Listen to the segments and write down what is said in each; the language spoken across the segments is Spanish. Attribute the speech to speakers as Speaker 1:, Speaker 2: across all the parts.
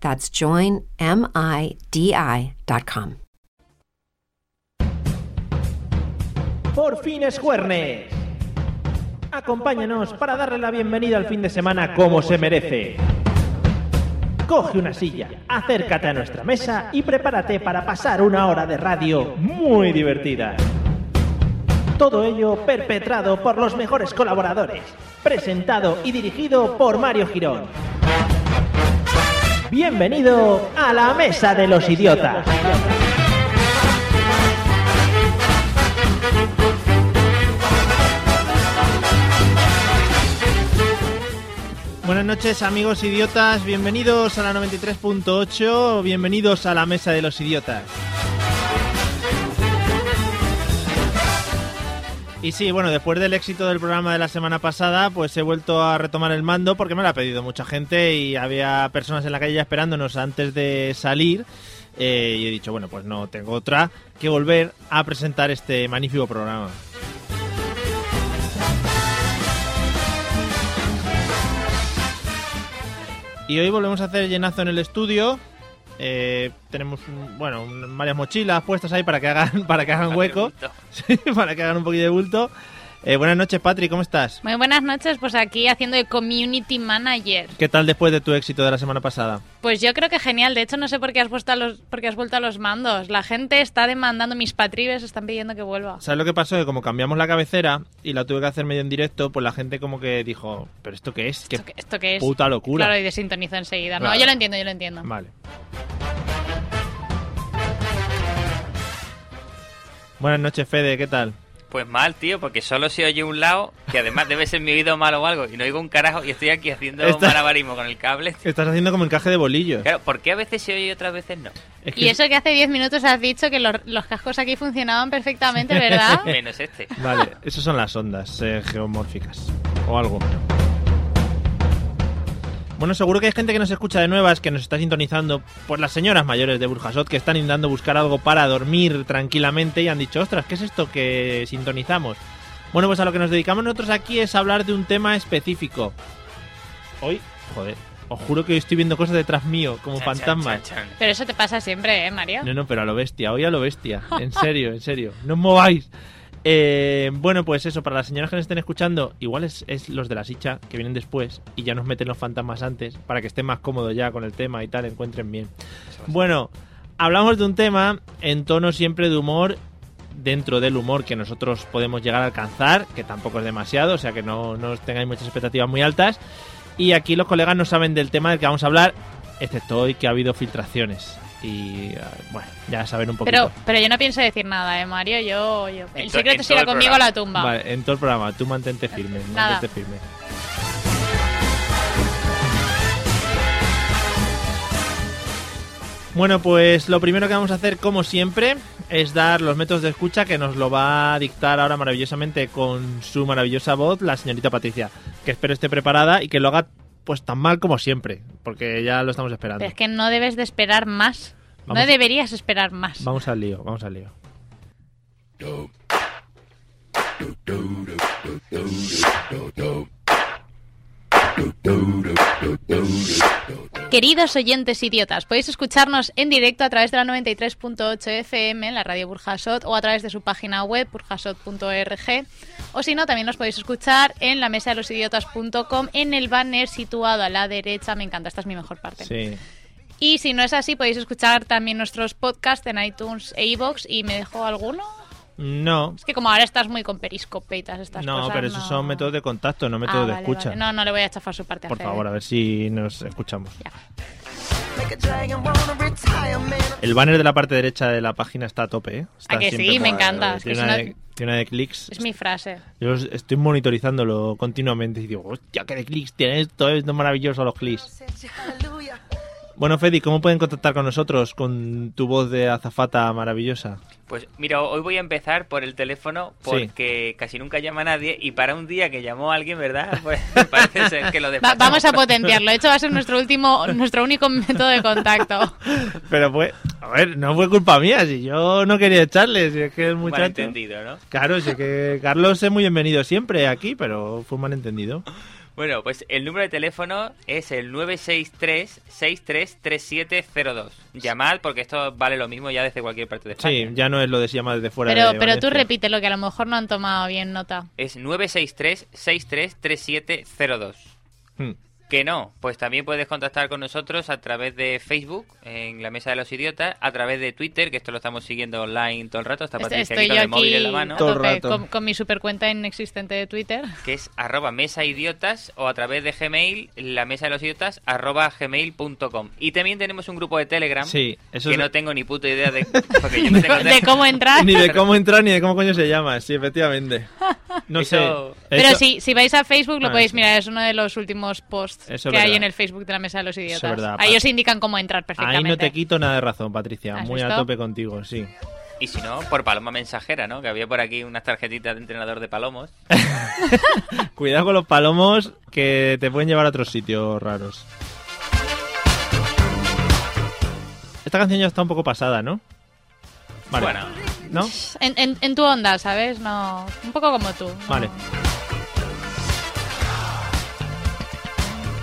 Speaker 1: That's joinmidi.com.
Speaker 2: Por fin es jueves. Acompáñanos para darle la bienvenida al fin de semana como se merece. Coge una silla, acércate a nuestra mesa y prepárate para pasar una hora de radio muy divertida. Todo ello perpetrado por los mejores colaboradores, presentado y dirigido por Mario Girón. Bienvenido a la Mesa de los Idiotas. Buenas noches amigos idiotas, bienvenidos a la 93.8, bienvenidos a la Mesa de los Idiotas. Y sí, bueno, después del éxito del programa de la semana pasada, pues he vuelto a retomar el mando porque me lo ha pedido mucha gente y había personas en la calle ya esperándonos antes de salir. eh, y he dicho, bueno, pues no tengo otra que volver a presentar este magnífico programa. Y hoy volvemos a hacer llenazo en el estudio. Eh, tenemos un- bueno un- varias mochilas puestas ahí para que hagan para que hagan hueco, Sí, para que hagan un poquito de bulto. Eh, buenas noches, Patrick, ¿cómo estás?
Speaker 3: Muy buenas noches, pues aquí haciendo de community manager.
Speaker 2: ¿Qué tal después de tu éxito de la semana pasada?
Speaker 3: Pues yo creo que genial, de hecho no sé por qué has, puesto a los, por qué has vuelto a los mandos. La gente está demandando, mis patribes están pidiendo que vuelva.
Speaker 2: ¿Sabes lo que pasó? Que como cambiamos la cabecera y la tuve que hacer medio en directo, pues la gente como que dijo, ¿pero esto qué es? ¿Qué
Speaker 3: ¿Esto qué, esto qué es?
Speaker 2: puta locura?
Speaker 3: Claro, y desintonizo enseguida. No,
Speaker 2: Claro.
Speaker 3: yo lo entiendo, yo lo entiendo.
Speaker 2: Vale. Buenas noches, Fede, ¿qué tal?
Speaker 4: Pues mal, tío, porque solo se oye un lado, que además debe ser mi oído malo o algo, y no oigo un carajo, y estoy aquí haciendo
Speaker 2: Está-
Speaker 4: malabarismo con el cable.
Speaker 2: Estás haciendo como encaje de bolillos.
Speaker 4: Claro, ¿por qué a veces se oye y otras veces no?
Speaker 2: Es
Speaker 3: Y eso que hace 10 minutos has dicho que los, los cascos aquí funcionaban perfectamente, ¿verdad?
Speaker 4: Menos este.
Speaker 2: Vale, esas son las ondas eh, geomórficas o algo. Bueno, seguro que hay gente que nos escucha de nuevas, que nos está sintonizando, pues las señoras mayores de Burjasot, que están intentando buscar algo para dormir tranquilamente y han dicho, ostras, ¿qué es esto que sintonizamos? Bueno, pues a lo que nos dedicamos nosotros aquí es hablar de un tema específico. Hoy, joder, os juro que hoy estoy viendo cosas detrás mío, como
Speaker 4: Chan, chan,
Speaker 2: fantasmas.
Speaker 4: chan, chan.
Speaker 3: Pero eso te pasa siempre, ¿eh, Mario?
Speaker 2: No, no, pero a lo bestia, hoy a lo bestia. En serio, en serio. No os mováis. Eh, bueno, pues eso, para las señoras que nos estén escuchando, igual es, es los de la Sicha que vienen después y ya nos meten los fantasmas antes para que estén más cómodos ya con el tema y tal, encuentren bien. Bueno, hablamos de un tema en tono siempre de humor, dentro del humor que nosotros podemos llegar a alcanzar, que tampoco es demasiado, o sea que no, no os tengáis muchas expectativas muy altas. Y aquí los colegas no saben del tema del que vamos a hablar, excepto hoy que ha habido filtraciones. Y eh, bueno, ya saben un poquito.
Speaker 3: Pero, pero yo no pienso decir nada, ¿eh, Mario? Yo, yo-
Speaker 4: En
Speaker 3: El
Speaker 4: to- en
Speaker 3: secreto se
Speaker 4: todo
Speaker 3: irá
Speaker 4: el
Speaker 3: conmigo a
Speaker 4: programa.
Speaker 3: la tumba.
Speaker 2: Vale, en todo el programa, tú mantente firme,
Speaker 3: Nada.
Speaker 2: mantente firme. Bueno, pues lo primero que vamos a hacer, como siempre, es dar los métodos de escucha que nos lo va a dictar ahora maravillosamente con su maravillosa voz, la señorita Patricia, que espero esté preparada y que lo haga pues tan mal como siempre, porque ya lo estamos esperando.
Speaker 3: Pero es que no debes de esperar más.
Speaker 2: Vamos.
Speaker 3: No deberías esperar más.
Speaker 2: Vamos al lío, vamos al lío.
Speaker 3: Queridos oyentes idiotas, podéis escucharnos en directo a través de la 93.8 FM en la radio Burjasot o a través de su página web burjasot.org o si no también nos podéis escuchar en la mesa de los idiotas.com en el banner situado a la derecha, me encanta, esta es mi mejor parte.
Speaker 2: Sí.
Speaker 3: Y si no es así, podéis escuchar también nuestros podcasts en iTunes e iVoox. ¿Y me dejo alguno?
Speaker 2: No,
Speaker 3: Es que como ahora estás muy con Periscope y todas estas
Speaker 2: no,
Speaker 3: cosas.
Speaker 2: pero esos son métodos de contacto, no métodos
Speaker 3: Ah,
Speaker 2: de
Speaker 3: vale,
Speaker 2: escucha.
Speaker 3: vale. No, no le voy a chafar su parte a
Speaker 2: Por
Speaker 3: Fede.
Speaker 2: favor, a ver si nos escuchamos.
Speaker 3: Ya.
Speaker 5: Make a dragon wanna retire, man.
Speaker 2: El banner de la parte derecha de la página está a tope, ¿eh? Está
Speaker 3: ¿A que
Speaker 2: siempre
Speaker 3: sí? Me
Speaker 2: como- eh,
Speaker 3: encanta. Es que
Speaker 2: Tiene
Speaker 3: es
Speaker 2: una,
Speaker 3: una-
Speaker 2: de, tiene una de clics.
Speaker 3: Es mi frase.
Speaker 2: Yo los estoy monitorizándolo continuamente y digo, hostia, qué de clics tiene esto, es maravilloso los clics.
Speaker 5: Said you hallelujah.
Speaker 2: Bueno, Fedi, ¿cómo pueden contactar con nosotros con tu voz de azafata maravillosa?
Speaker 4: Pues mira, hoy voy a empezar por el teléfono porque casi nunca llama nadie y para un día que llamó alguien, ¿verdad? Pues parece ser que lo
Speaker 3: Va-
Speaker 4: despachamos.
Speaker 3: vamos a potenciarlo. De hecho, va a ser nuestro último, nuestro único método de contacto.
Speaker 2: Pero pues, a ver, no fue culpa mía, si yo no quería echarles, es que el
Speaker 4: Un
Speaker 2: muchacho...
Speaker 4: malentendido, ¿no?
Speaker 2: Claro, sí que Carlos es muy bienvenido siempre aquí, pero fue un malentendido.
Speaker 4: Bueno, pues el número de teléfono es el 963-633702. Llamad porque esto vale lo mismo ya desde cualquier parte de España.
Speaker 2: Sí, ya no es lo de si llamas desde fuera de
Speaker 3: Pero, pero tú
Speaker 2: Valencia.
Speaker 3: repite lo que a lo mejor no han tomado bien nota.
Speaker 4: Es 963-633702.
Speaker 2: Hmm.
Speaker 4: Que no, pues también puedes contactar con nosotros a través de Facebook, en la Mesa de los Idiotas, a través de Twitter, que esto lo estamos siguiendo online todo el rato, está
Speaker 3: Este-
Speaker 4: Patricia
Speaker 3: Estoy
Speaker 4: aquí
Speaker 3: yo
Speaker 4: con el móvil
Speaker 3: aquí
Speaker 4: en la mano,
Speaker 3: a
Speaker 2: Todo el
Speaker 3: tope
Speaker 2: rato.
Speaker 3: con, con mi super cuenta inexistente de Twitter.
Speaker 4: que es arroba Mesa Idiotas, o a través de Gmail, la Mesa de los Idiotas, arroba gmail.com. Y también tenemos un grupo de Telegram,
Speaker 2: Sí, eso
Speaker 4: que
Speaker 2: es-
Speaker 4: no tengo ni puta idea de... porque yo no tengo
Speaker 3: de cómo entrar.
Speaker 2: Ni de cómo entrar ni de cómo coño se llama, sí, efectivamente. No
Speaker 4: Eso-
Speaker 2: sé.
Speaker 3: Pero
Speaker 2: Eso-
Speaker 3: sí, si vais a Facebook lo
Speaker 2: Ah,
Speaker 3: podéis
Speaker 2: eso.
Speaker 3: mirar, es uno de los últimos posts
Speaker 2: Eso es
Speaker 3: que hay
Speaker 2: verdad.
Speaker 3: en el Facebook de la Mesa de los Idiotas.
Speaker 2: verdad,
Speaker 3: Ahí
Speaker 2: Pat.
Speaker 3: os indican cómo entrar
Speaker 2: Ahí
Speaker 3: perfectamente.
Speaker 2: no te quito nada de razón, Patricia.
Speaker 3: ¿Has
Speaker 2: Muy a
Speaker 3: visto?
Speaker 2: tope contigo, sí.
Speaker 4: Y si no, por Paloma Mensajera, ¿no? Que había por aquí unas tarjetitas de entrenador de palomos.
Speaker 2: Cuidado con los palomos que te pueden llevar a otros sitios raros. Esta canción ya está un poco pasada, ¿no? Vale.
Speaker 4: Bueno,
Speaker 2: ¿No?
Speaker 3: En, en- en tu onda, ¿sabes? No, un poco como tú. no.
Speaker 2: Vale.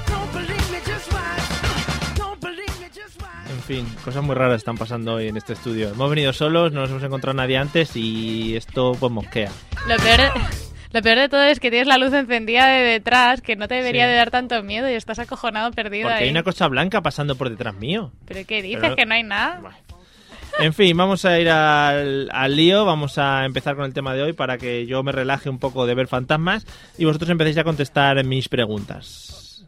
Speaker 5: Don't believe me, just watch. Don't believe me, just watch.
Speaker 2: En fin, cosas muy raras están pasando hoy en este estudio. Hemos venido solos, no nos hemos encontrado nadie antes y esto pues mosquea.
Speaker 3: Lo peor, lo peor de todo es que tienes la luz encendida de detrás, que no te debería
Speaker 2: Sí.
Speaker 3: de dar tanto miedo y estás acojonado perdido
Speaker 2: Porque
Speaker 3: ahí.
Speaker 2: hay una cosa blanca pasando por detrás mío.
Speaker 3: ¿Pero qué dices?
Speaker 2: Pero-
Speaker 3: ¿Que no hay nada?
Speaker 2: Bueno. En fin, vamos a ir al, al lío, vamos a empezar con el tema de hoy para que yo me relaje un poco de ver fantasmas y vosotros empecéis a contestar mis preguntas.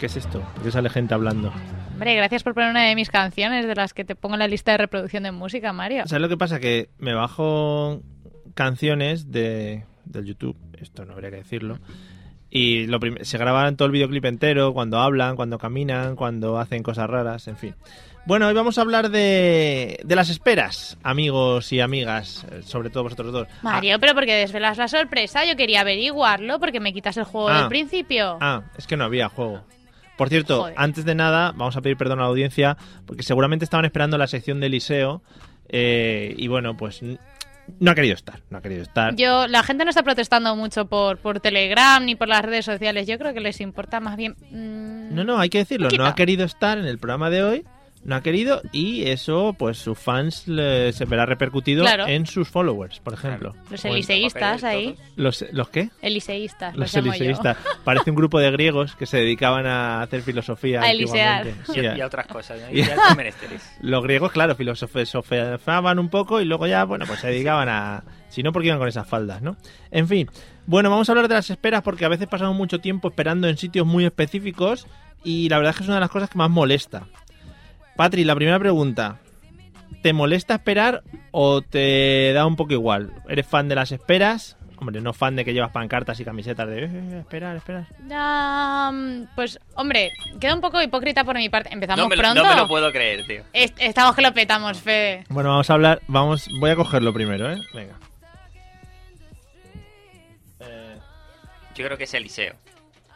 Speaker 2: ¿Qué es esto? ¿Por qué sale gente hablando?
Speaker 3: Hombre, gracias por poner una de mis canciones, de las que te pongo en la lista de reproducción de música, Mario.
Speaker 2: ¿Sabes lo que pasa? Que me bajo canciones de, del YouTube, esto no habría que decirlo, y lo prim- se graban todo el videoclip entero, cuando hablan, cuando caminan, cuando hacen cosas raras, en fin. Bueno, hoy vamos a hablar de, de las esperas, amigos y amigas, eh, sobre todo vosotros dos.
Speaker 3: Mario, pero porque desvelas la sorpresa, yo quería averiguarlo porque me quitas el juego
Speaker 2: Ah.
Speaker 3: del principio.
Speaker 2: Ah, es que no había juego. Por cierto,
Speaker 3: Joder.
Speaker 2: antes de nada, vamos a pedir perdón a la audiencia, porque seguramente estaban esperando la sección de Eliseo, eh, y bueno, pues n- no ha querido estar, no ha querido estar.
Speaker 3: Yo, la gente no está protestando mucho por, por Telegram ni por las redes sociales. Yo creo que les importa más bien. mm,
Speaker 2: No, no, hay que decirlo.
Speaker 3: Poquito.
Speaker 2: No ha querido estar en el programa de hoy. No ha querido. Y eso, pues sus fans le- se verá repercutido
Speaker 3: Claro.
Speaker 2: en sus followers, por ejemplo.
Speaker 3: Los
Speaker 2: O en-
Speaker 3: eliseístas ahí.
Speaker 2: ¿Los, ¿Los qué?
Speaker 3: Eliseístas, los,
Speaker 2: Los
Speaker 3: llamo yo.
Speaker 2: eliseístas. Parece un grupo de griegos que se dedicaban a hacer filosofía.
Speaker 3: A elisear.
Speaker 2: antiguamente.
Speaker 4: Y,
Speaker 2: Sí,
Speaker 4: y
Speaker 2: a-
Speaker 4: a otras cosas, ¿no?
Speaker 2: Ya.
Speaker 4: Y a otros menesteres.
Speaker 2: los griegos, claro, filosofaban un poco y luego ya, bueno, pues se dedicaban a... Si no, porque iban con esas faldas, ¿no? En fin. Bueno, vamos a hablar de las esperas porque a veces pasamos mucho tiempo esperando en sitios muy específicos y la verdad es que es una de las cosas que más molesta. Patri, la primera pregunta. ¿Te molesta esperar o te da un poco igual? ¿Eres fan de las esperas? Hombre, no fan de que llevas pancartas y camisetas de... "Eh, eh, esperar, esperar.
Speaker 3: Ah, mm, pues, hombre, queda un poco hipócrita por mi parte. ¿Empezamos
Speaker 4: No me, lo,
Speaker 3: pronto?
Speaker 4: no me lo puedo creer, tío.
Speaker 3: Est- Estamos que lo petamos, Fede.
Speaker 2: Bueno, vamos a hablar. Vamos, voy a cogerlo primero, ¿eh? Venga. Eh,
Speaker 4: Yo creo que es Eliseo.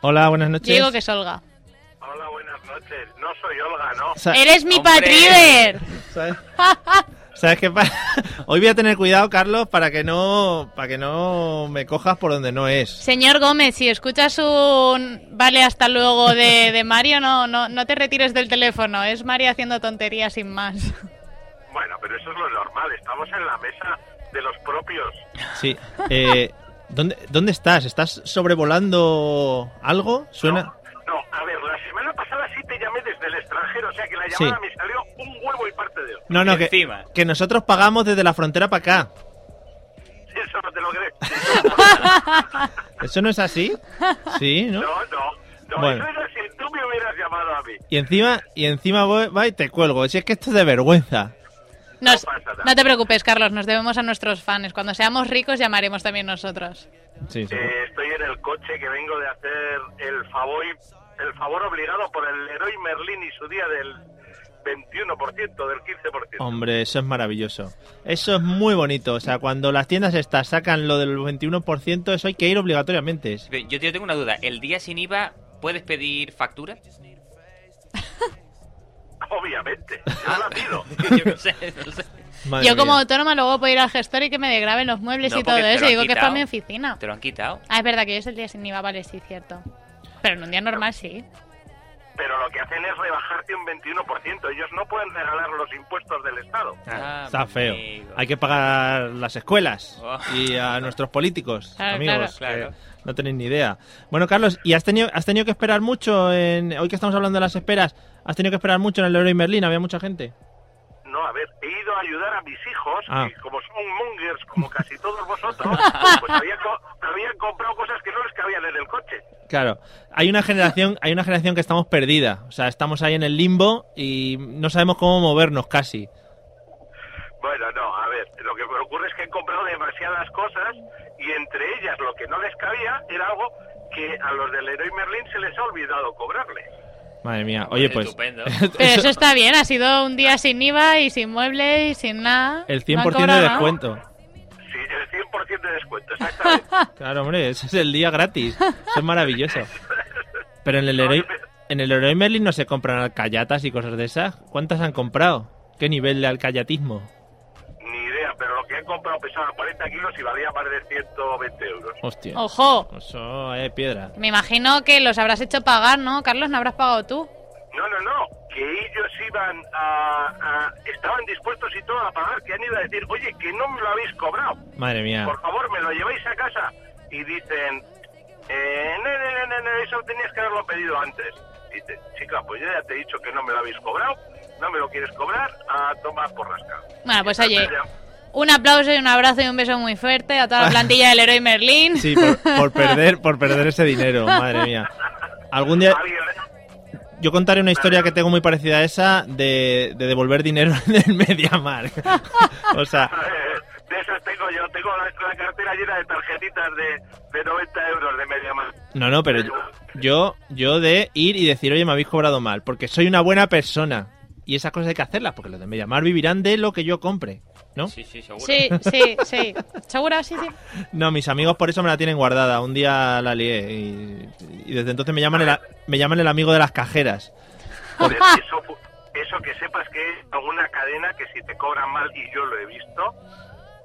Speaker 2: hola, buenas noches.
Speaker 3: Yo digo que es Olga.
Speaker 6: Hola, buenas noches. No soy Olga, ¿no?
Speaker 2: Sa-
Speaker 3: ¡Eres mi
Speaker 4: hombre.
Speaker 3: patriver!
Speaker 2: ¿Sabes? ¿Sabes qué pasa? Hoy voy a tener cuidado, Carlos, para que no, para que no me cojas por donde no es.
Speaker 3: Señor Gómez, si escuchas un vale hasta luego de, de Mario, no, no, no te retires del teléfono. Es Mario haciendo tonterías sin más.
Speaker 6: Bueno, pero eso es lo normal. Estamos en la mesa de los propios.
Speaker 2: Sí. Eh, ¿dónde, ¿Dónde estás? ¿Estás sobrevolando algo? Suena.
Speaker 6: No, a ver, la semana pasada sí te llamé desde del extranjero, o sea que la llamada
Speaker 2: Sí.
Speaker 6: me salió un huevo y parte de otro.
Speaker 2: No, no, que,
Speaker 4: Encima.
Speaker 2: que nosotros pagamos desde la frontera para acá.
Speaker 6: Eso no te lo crees.
Speaker 2: ¿Eso no es así? Sí, ¿no?
Speaker 6: No, no. No,
Speaker 2: Bueno.
Speaker 6: eso era si tú me hubieras llamado a mí.
Speaker 2: Y encima, y encima voy, va y te cuelgo. Si es que esto es de vergüenza.
Speaker 3: Nos-
Speaker 6: No pasa nada.
Speaker 3: no te preocupes, Carlos, nos debemos a nuestros fans. Cuando seamos ricos llamaremos también nosotros.
Speaker 2: Sí, seguro.
Speaker 6: Eh, estoy en el coche que vengo de hacer el favor, el favor obligado por el Leroy Merlin y su día del 21%, del 15%.
Speaker 2: Hombre, eso es maravilloso. Eso es muy bonito. O sea, cuando las tiendas estas sacan lo del 21%, eso hay que ir obligatoriamente.
Speaker 4: Yo, yo tengo una duda. ¿El día sin IVA puedes pedir factura?
Speaker 6: Obviamente, yo la pido.
Speaker 4: yo no sé, no sé.
Speaker 2: Madre
Speaker 3: Yo como
Speaker 2: mía.
Speaker 3: autónoma luego puedo ir al gestor y que me degraben los muebles
Speaker 4: No,
Speaker 3: y todo
Speaker 4: porque te lo
Speaker 3: eso.
Speaker 4: han
Speaker 3: Digo que es para
Speaker 4: quitado.
Speaker 3: mi oficina.
Speaker 4: ¿Te lo han quitado?
Speaker 3: Ah, es verdad que yo es el día sin IVA, vale, sí, cierto. Pero en un día normal sí.
Speaker 6: Pero lo que hacen es rebajarte un 21%. Ellos no pueden regalar los impuestos del Estado.
Speaker 4: Ah,
Speaker 2: Está feo.
Speaker 4: amigo.
Speaker 2: Hay que pagar las escuelas
Speaker 4: Oh.
Speaker 2: y a nuestros políticos,
Speaker 3: Claro,
Speaker 2: amigos.
Speaker 4: claro.
Speaker 2: que No tenéis ni idea. Bueno, Carlos, ¿y has tenido, has tenido que esperar mucho? En, hoy que estamos hablando de las esperas, ¿has tenido que esperar mucho en el Leroy Merlin? ¿Había mucha gente?
Speaker 6: No, a ver, he ido a ayudar a mis hijos,
Speaker 2: Ah.
Speaker 6: que como son mongers, como casi todos vosotros, pues habían, co- habían comprado cosas que no les cabían en el coche.
Speaker 2: Claro, hay una generación, hay una generación que estamos perdida, o sea, estamos ahí en el limbo y no sabemos cómo movernos casi.
Speaker 6: Bueno, no, a ver, lo que me ocurre es que he comprado demasiadas cosas y entre ellas lo que no les cabía era algo que a los del Leroy Merlin se les ha olvidado cobrarle.
Speaker 2: Madre mía, oye pues
Speaker 4: Estupendo.
Speaker 3: Pero eso está bien, ha sido un día sin IVA y sin muebles y sin nada.
Speaker 2: el
Speaker 3: No
Speaker 2: 100%
Speaker 3: han cobrado
Speaker 2: de
Speaker 3: nada.
Speaker 2: descuento.
Speaker 6: Sí, el 100% de descuento, exactamente.
Speaker 2: Claro, hombre, ese es el día gratis, eso es maravilloso. Pero en el Leroy, en el Leroy Merlin no se compran alcayatas y cosas de esas. ¿Cuántas han comprado? ¿Qué nivel de alcayatismo?
Speaker 6: Ni idea, pero lo que he comprado pesaba 40 kilos y valía más de 120 euros.
Speaker 2: Hostia,
Speaker 3: Ojo,
Speaker 2: eso es piedra.
Speaker 3: me imagino que los habrás hecho pagar, ¿no? Carlos, no habrás pagado tú.
Speaker 6: No, no, no, que ellos iban a, a- estaban dispuestos y todo a pagar, que han ido a decir, oye, que no me lo habéis cobrado,
Speaker 2: Madre mía.
Speaker 6: por favor, me lo lleváis a casa. Y dicen, eh, no, no, no, no, no, eso tenías que haberlo pedido antes. Dice, chica, pues yo ya te he dicho que no me lo habéis cobrado, no me lo quieres cobrar, a tomar por rasca.
Speaker 3: Bueno, pues oye, un aplauso y un abrazo y un beso muy fuerte a toda la plantilla del Héroe Merlín.
Speaker 2: Sí, por, por perder, por perder ese dinero, madre mía. Algún día
Speaker 6: Alguien-
Speaker 2: Yo contaré una historia que tengo muy parecida a esa de, de devolver dinero en el Mediamar. o sea,
Speaker 6: Eh, De esas tengo yo, tengo la, la cartera llena de tarjetitas de, de 90 euros de media más.
Speaker 2: no, no, pero yo, yo, yo de ir y decir, oye, me habéis cobrado mal, porque soy una buena persona. Y esas cosas hay que hacerlas, porque los de Mediamar vivirán de lo que yo compre, ¿no?
Speaker 4: Sí, sí, seguro.
Speaker 3: Sí, sí, sí. ¿Segura? Sí, sí.
Speaker 2: No, mis amigos por eso me la tienen guardada. Un día la lié y, y desde entonces me llaman, el, a- me llaman el amigo de las cajeras.
Speaker 6: Joder, eso, fu- eso que sepas que es alguna cadena que si te cobran mal, y yo lo he visto,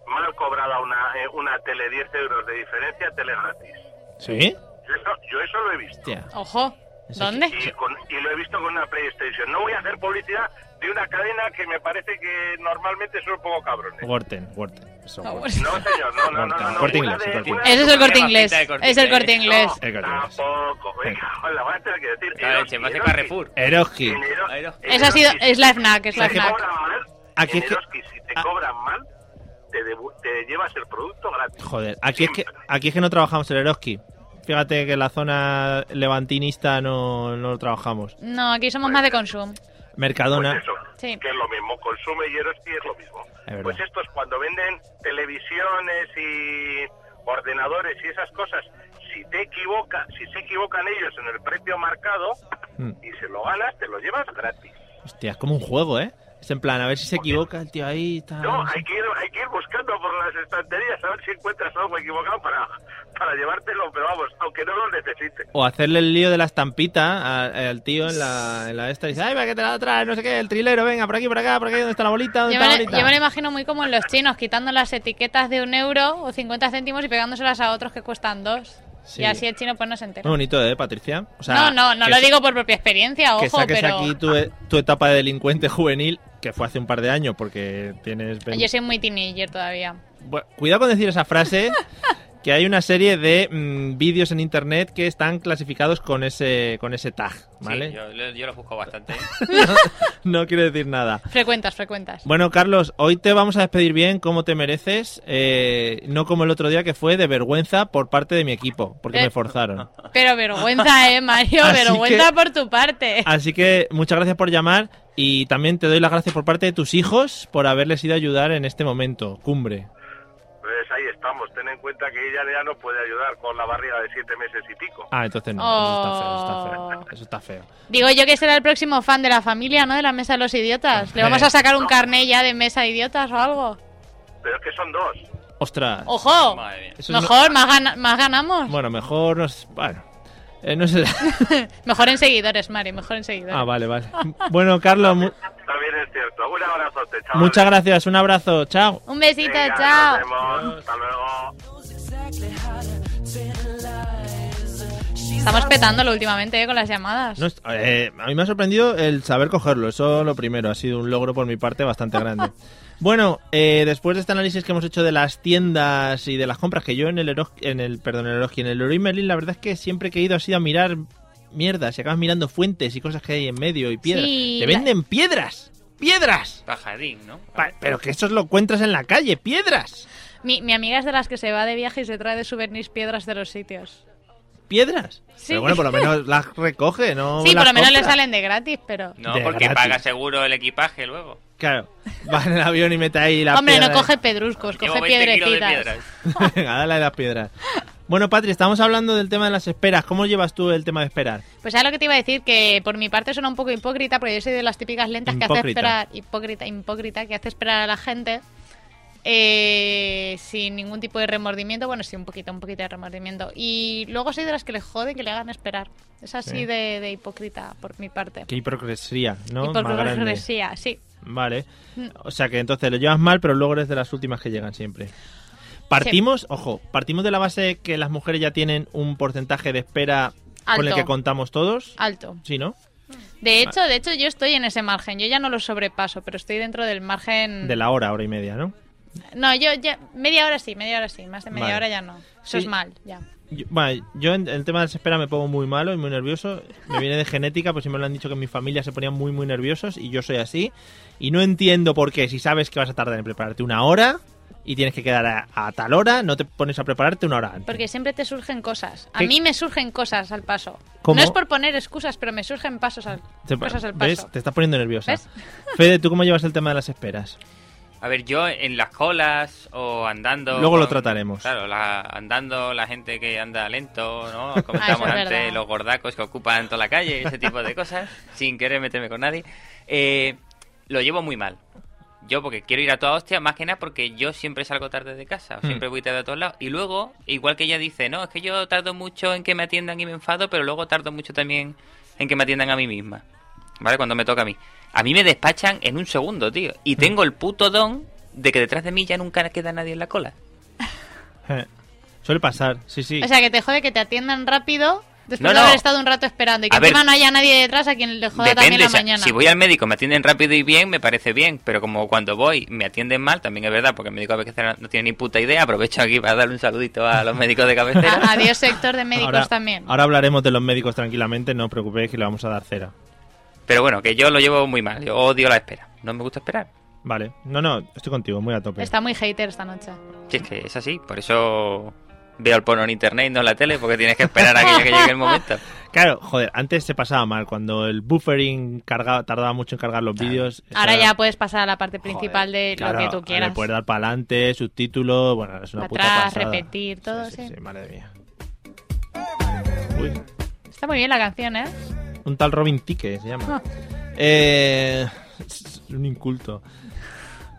Speaker 6: mal cobrada una, eh, una tele 10 euros de diferencia, tele gratis.
Speaker 2: ¿Sí?
Speaker 6: Yo eso, yo eso lo he visto.
Speaker 2: Hostia.
Speaker 3: Ojo.
Speaker 2: Eso
Speaker 3: ¿Dónde?
Speaker 6: Y, con- y lo he visto con una PlayStation. No voy a hacer publicidad de una cadena que me parece que normalmente son un poco cabrones.
Speaker 2: Worten, Worten. Eso,
Speaker 3: Ah,
Speaker 2: Worten.
Speaker 3: bueno.
Speaker 6: No, señor, no, no, no. no, no.
Speaker 2: Corte
Speaker 6: Una
Speaker 2: inglés,
Speaker 6: de-
Speaker 2: corte
Speaker 6: una
Speaker 2: inglés.
Speaker 6: de
Speaker 3: Ese es el corte
Speaker 4: Una
Speaker 3: inglés.
Speaker 4: bajita de corte
Speaker 3: Es el corte
Speaker 4: inglés.
Speaker 3: inglés.
Speaker 6: No,
Speaker 2: El corte inglés.
Speaker 6: tampoco. Venga, la vas a tener que decir. eh,
Speaker 4: Claro, se me hace Carrefour.
Speaker 2: Eroski.
Speaker 3: Esa ha sido, es la FNAC, es la
Speaker 2: ¿Sabes qué
Speaker 3: FNAC.
Speaker 2: Aquí
Speaker 6: Aquí
Speaker 2: es que-
Speaker 6: si te
Speaker 2: Ah.
Speaker 6: cobran mal, te, devu- te llevas el producto gratis. Pues
Speaker 2: Joder, aquí es que aquí es que no trabajamos el Eroski. Fíjate que la zona levantinista no, no lo trabajamos.
Speaker 3: No, aquí somos más de consumo.
Speaker 2: Mercadona.
Speaker 6: Pues eso,
Speaker 3: Sí.
Speaker 6: que es lo mismo. Consume y Eroski es lo mismo.
Speaker 2: verdad.
Speaker 6: Pues estos cuando venden televisiones y ordenadores y esas cosas, si te equivoca, si se equivocan ellos en el precio marcado
Speaker 2: Mm.
Speaker 6: y se lo ganas, te lo llevas gratis.
Speaker 2: Hostia, es como un juego, ¿eh? Es en plan, a ver si se equivoca el tío ahí. Está...
Speaker 6: No, hay que, ir, hay que ir buscando por las estanterías a ver si encuentras algo equivocado para, para llevártelo, pero vamos, aunque no lo necesites.
Speaker 2: O hacerle el lío de la estampita a- al tío en la, en la esta. Y dice, ay, va que te la traes, no sé qué, el trilero, venga, por aquí, por acá, por aquí, ¿dónde está la bolita? ¿Dónde
Speaker 3: Yo
Speaker 2: está la
Speaker 3: me,
Speaker 2: bolita?
Speaker 3: yo me lo imagino muy como en los chinos, quitando las etiquetas de un euro o 50 céntimos y pegándoselas a otros que cuestan dos.
Speaker 2: Sí.
Speaker 3: Y así el chino pues no se entera.
Speaker 2: Muy bonito, ¿eh, Patricia? O sea,
Speaker 3: no, no, no
Speaker 2: que
Speaker 3: lo
Speaker 2: sa-
Speaker 3: digo por propia experiencia,
Speaker 2: Que
Speaker 3: ojo,
Speaker 2: saques
Speaker 3: pero
Speaker 2: aquí tu, e- tu etapa de delincuente juvenil, que fue hace un par de años, porque tienes... 20
Speaker 3: yo soy muy teenager todavía.
Speaker 2: Bueno, cuidado con decir esa frase que hay una serie de mm, vídeos en internet que están clasificados con ese, con ese tag, ¿vale?
Speaker 4: Sí, yo, yo lo busco bastante. ¿eh?
Speaker 2: No quiero decir nada.
Speaker 3: Frecuentas, frecuentas.
Speaker 2: Bueno, Carlos, hoy te vamos a despedir bien como te mereces, eh, no como el otro día que fue de vergüenza por parte de mi equipo, porque
Speaker 3: Eh.
Speaker 2: me forzaron.
Speaker 3: Pero vergüenza, eh, Mario,
Speaker 2: Así
Speaker 3: vergüenza
Speaker 2: que- Ah.
Speaker 3: por tu parte.
Speaker 2: Así que muchas gracias por llamar y también te doy las gracias por parte de tus hijos por haberles ido a ayudar en este momento, cumbre.
Speaker 6: Pues ahí estamos. Ten en cuenta que ella ya no puede ayudar con la barriga de siete meses y pico.
Speaker 2: Ah, entonces no,
Speaker 3: Oh.
Speaker 2: eso está feo, eso está feo. Eso está feo.
Speaker 3: Digo yo que será el próximo fan de la familia, ¿no? De la mesa de los idiotas. Le vamos a sacar un carné ya de mesa de idiotas o algo.
Speaker 6: Pero es que son dos.
Speaker 2: Ostras.
Speaker 3: ¡Ojo!
Speaker 4: Madre mía.
Speaker 2: Eso es
Speaker 3: Oh, Mejor, más, gana- más ganamos.
Speaker 2: no- Bueno, mejor nos... Bueno, eh, no sé...
Speaker 3: Mejor en seguidores, Mari, mejor en seguidores.
Speaker 2: Ah, vale, vale. Bueno, Carlos, mu-
Speaker 6: También es cierto. Un abrazo a usted, chaval.
Speaker 2: muchas gracias, un abrazo, chao.
Speaker 3: Un besito, chao.
Speaker 6: Hasta luego.
Speaker 3: Estamos petándolo últimamente eh, con las llamadas.
Speaker 2: No, es- eh, a mí me ha sorprendido el saber cogerlo, eso lo primero, ha sido un logro por mi parte bastante grande. Bueno, eh, después de este análisis que hemos hecho de las tiendas y de las compras, que yo en el Eros- en el, perdón, en el Eroski, en el Leroy Merlin, la verdad es que siempre que he ido ha sido a mirar mierdas, y acabas mirando fuentes y cosas que hay en medio y piedras.
Speaker 3: Sí,
Speaker 2: ¡Te
Speaker 3: la-
Speaker 2: venden piedras! ¡Piedras!
Speaker 4: Pajarín, ¿no?
Speaker 2: Pa- Pero que eso lo encuentras en la calle, piedras.
Speaker 3: Mi, mi amiga es de las que se va de viaje y se trae de souvenirs piedras de los sitios.
Speaker 2: piedras.
Speaker 3: Sí.
Speaker 2: Pero bueno, por lo menos las recoge, ¿no?
Speaker 3: sí, por
Speaker 2: las
Speaker 3: lo menos le
Speaker 2: compra.
Speaker 3: salen de gratis, pero...
Speaker 4: No,
Speaker 2: De
Speaker 4: porque
Speaker 2: gratis.
Speaker 4: paga seguro el equipaje luego.
Speaker 2: Claro, va en el avión y mete ahí la
Speaker 3: Hombre, no
Speaker 2: piedra.
Speaker 3: coge pedruscos,
Speaker 4: Llevo
Speaker 3: coge
Speaker 4: 20 kilos de
Speaker 3: piedrecitas.
Speaker 4: piedras.
Speaker 2: Venga, dale a las piedras. Bueno, Patri, estamos hablando del tema de las esperas. ¿Cómo llevas tú el tema de esperar?
Speaker 3: Pues ya lo que te iba a decir, que por mi parte suena un poco hipócrita, porque yo soy de las típicas lentas que hace
Speaker 2: Hipócrita.
Speaker 3: esperar, hipócrita, hipócrita, que hace esperar a la gente eh, sin ningún tipo de remordimiento, bueno, sí, un poquito, un poquito de remordimiento. Y luego soy de las que le jode que le hagan esperar. Es así
Speaker 2: Sí.
Speaker 3: de, de hipócrita por mi parte.
Speaker 2: Qué hipocresía, ¿no? Más grande.
Speaker 3: Hipocresía, Mm. sí.
Speaker 2: Vale. O sea que entonces lo llevas mal, pero luego eres de las últimas que llegan siempre. Partimos, ojo, partimos de la base que las mujeres ya tienen un porcentaje de espera con el
Speaker 3: Alto.
Speaker 2: que contamos todos.
Speaker 3: Alto.
Speaker 2: Sí, ¿no? Ah.
Speaker 3: De hecho, de hecho, yo estoy en ese margen. Yo ya no lo sobrepaso, pero estoy dentro del margen.
Speaker 2: De la hora, hora y media, ¿no?
Speaker 3: No, yo ya media hora sí, media hora sí, más de media
Speaker 2: Vale.
Speaker 3: hora ya no. Eso
Speaker 2: Sí.
Speaker 3: es mal, ya.
Speaker 2: Yo, bueno, yo en el tema de las esperas me pongo muy malo y muy nervioso. Me viene de genética, pues siempre me lo han dicho que en mi familia se ponían muy, muy nerviosos y yo soy así. Y no entiendo por qué, si sabes que vas a tardar en prepararte una hora y tienes que quedar a, a tal hora, no te pones a prepararte una hora antes.
Speaker 3: Porque siempre te surgen cosas. A
Speaker 2: ¿Qué?
Speaker 3: mí me surgen cosas al paso.
Speaker 2: ¿Cómo?
Speaker 3: No es por poner excusas, pero me surgen pasos al,
Speaker 2: Te-
Speaker 3: cosas al
Speaker 2: ¿ves?
Speaker 3: paso.
Speaker 2: Te estás poniendo nerviosa.
Speaker 3: ¿Ves?
Speaker 2: Fede, ¿tú cómo llevas el tema de las esperas?
Speaker 4: A ver, yo en las colas o andando.
Speaker 2: Luego lo trataremos.
Speaker 4: Claro, la- andando la gente que anda lento, ¿no? Comentábamos
Speaker 3: Ah, eso es
Speaker 4: antes
Speaker 3: verdad.
Speaker 4: los gordacos que ocupan toda la calle, ese tipo de cosas, sin querer meterme con nadie. Eh, lo llevo muy mal. Yo porque quiero ir a toda hostia, más que nada porque yo siempre salgo tarde de casa,
Speaker 2: Hmm.
Speaker 4: siempre voy tarde a todos lados. Y luego, igual que ella dice, no, es que yo tardo mucho en que me atiendan y me enfado, pero luego tardo mucho también en que me atiendan a mí misma. ¿Vale? Cuando me toca a mí. A mí me despachan en un segundo, tío. Y tengo el puto don de que detrás de mí ya nunca queda nadie en la cola.
Speaker 2: Eh, Suele pasar, sí, sí.
Speaker 3: O sea, que te jode que te atiendan rápido después
Speaker 4: No,
Speaker 3: de
Speaker 4: no.
Speaker 3: haber estado un rato esperando y que
Speaker 4: A ver.
Speaker 3: encima no haya nadie detrás a quien le joda también
Speaker 4: Depende,
Speaker 3: la
Speaker 4: o sea,
Speaker 3: mañana.
Speaker 4: si voy al médico me atienden rápido y bien, me parece bien, pero como cuando voy me atienden mal, también es verdad, porque el médico a veces no tiene ni puta idea, aprovecho aquí para darle un saludito a los médicos de cabecera.
Speaker 3: A- Adiós sector de médicos
Speaker 2: ahora,
Speaker 3: también.
Speaker 2: Ahora hablaremos de los médicos tranquilamente, no os preocupéis que le vamos a dar cera.
Speaker 4: Pero bueno, que yo lo llevo muy mal, yo odio la espera, no me gusta esperar.
Speaker 2: Vale, no, no, estoy contigo, muy a tope.
Speaker 3: Está muy hater esta noche.
Speaker 4: Si es que es así, por eso veo el porno en internet y no en la tele, porque tienes que esperar a que llegue el momento.
Speaker 2: Claro, joder, antes se pasaba mal, cuando el buffering cargaba, tardaba mucho en cargar los vídeos.
Speaker 3: Ahora
Speaker 2: estaba-
Speaker 3: ya puedes pasar a la parte principal de
Speaker 2: Claro,
Speaker 3: lo que tú
Speaker 2: Le
Speaker 3: quieras.
Speaker 2: puedes dar para adelante, subtítulos, bueno, es una
Speaker 3: Pa'
Speaker 2: puta
Speaker 3: atrás,
Speaker 2: pasada.
Speaker 3: repetir, todo,
Speaker 2: sí, sí,
Speaker 3: sí.
Speaker 2: sí, madre mía. Uy,
Speaker 3: Está muy bien la canción, ¿eh?
Speaker 2: un tal Robin Tique se llama.
Speaker 3: Ah.
Speaker 2: Eh, es un inculto.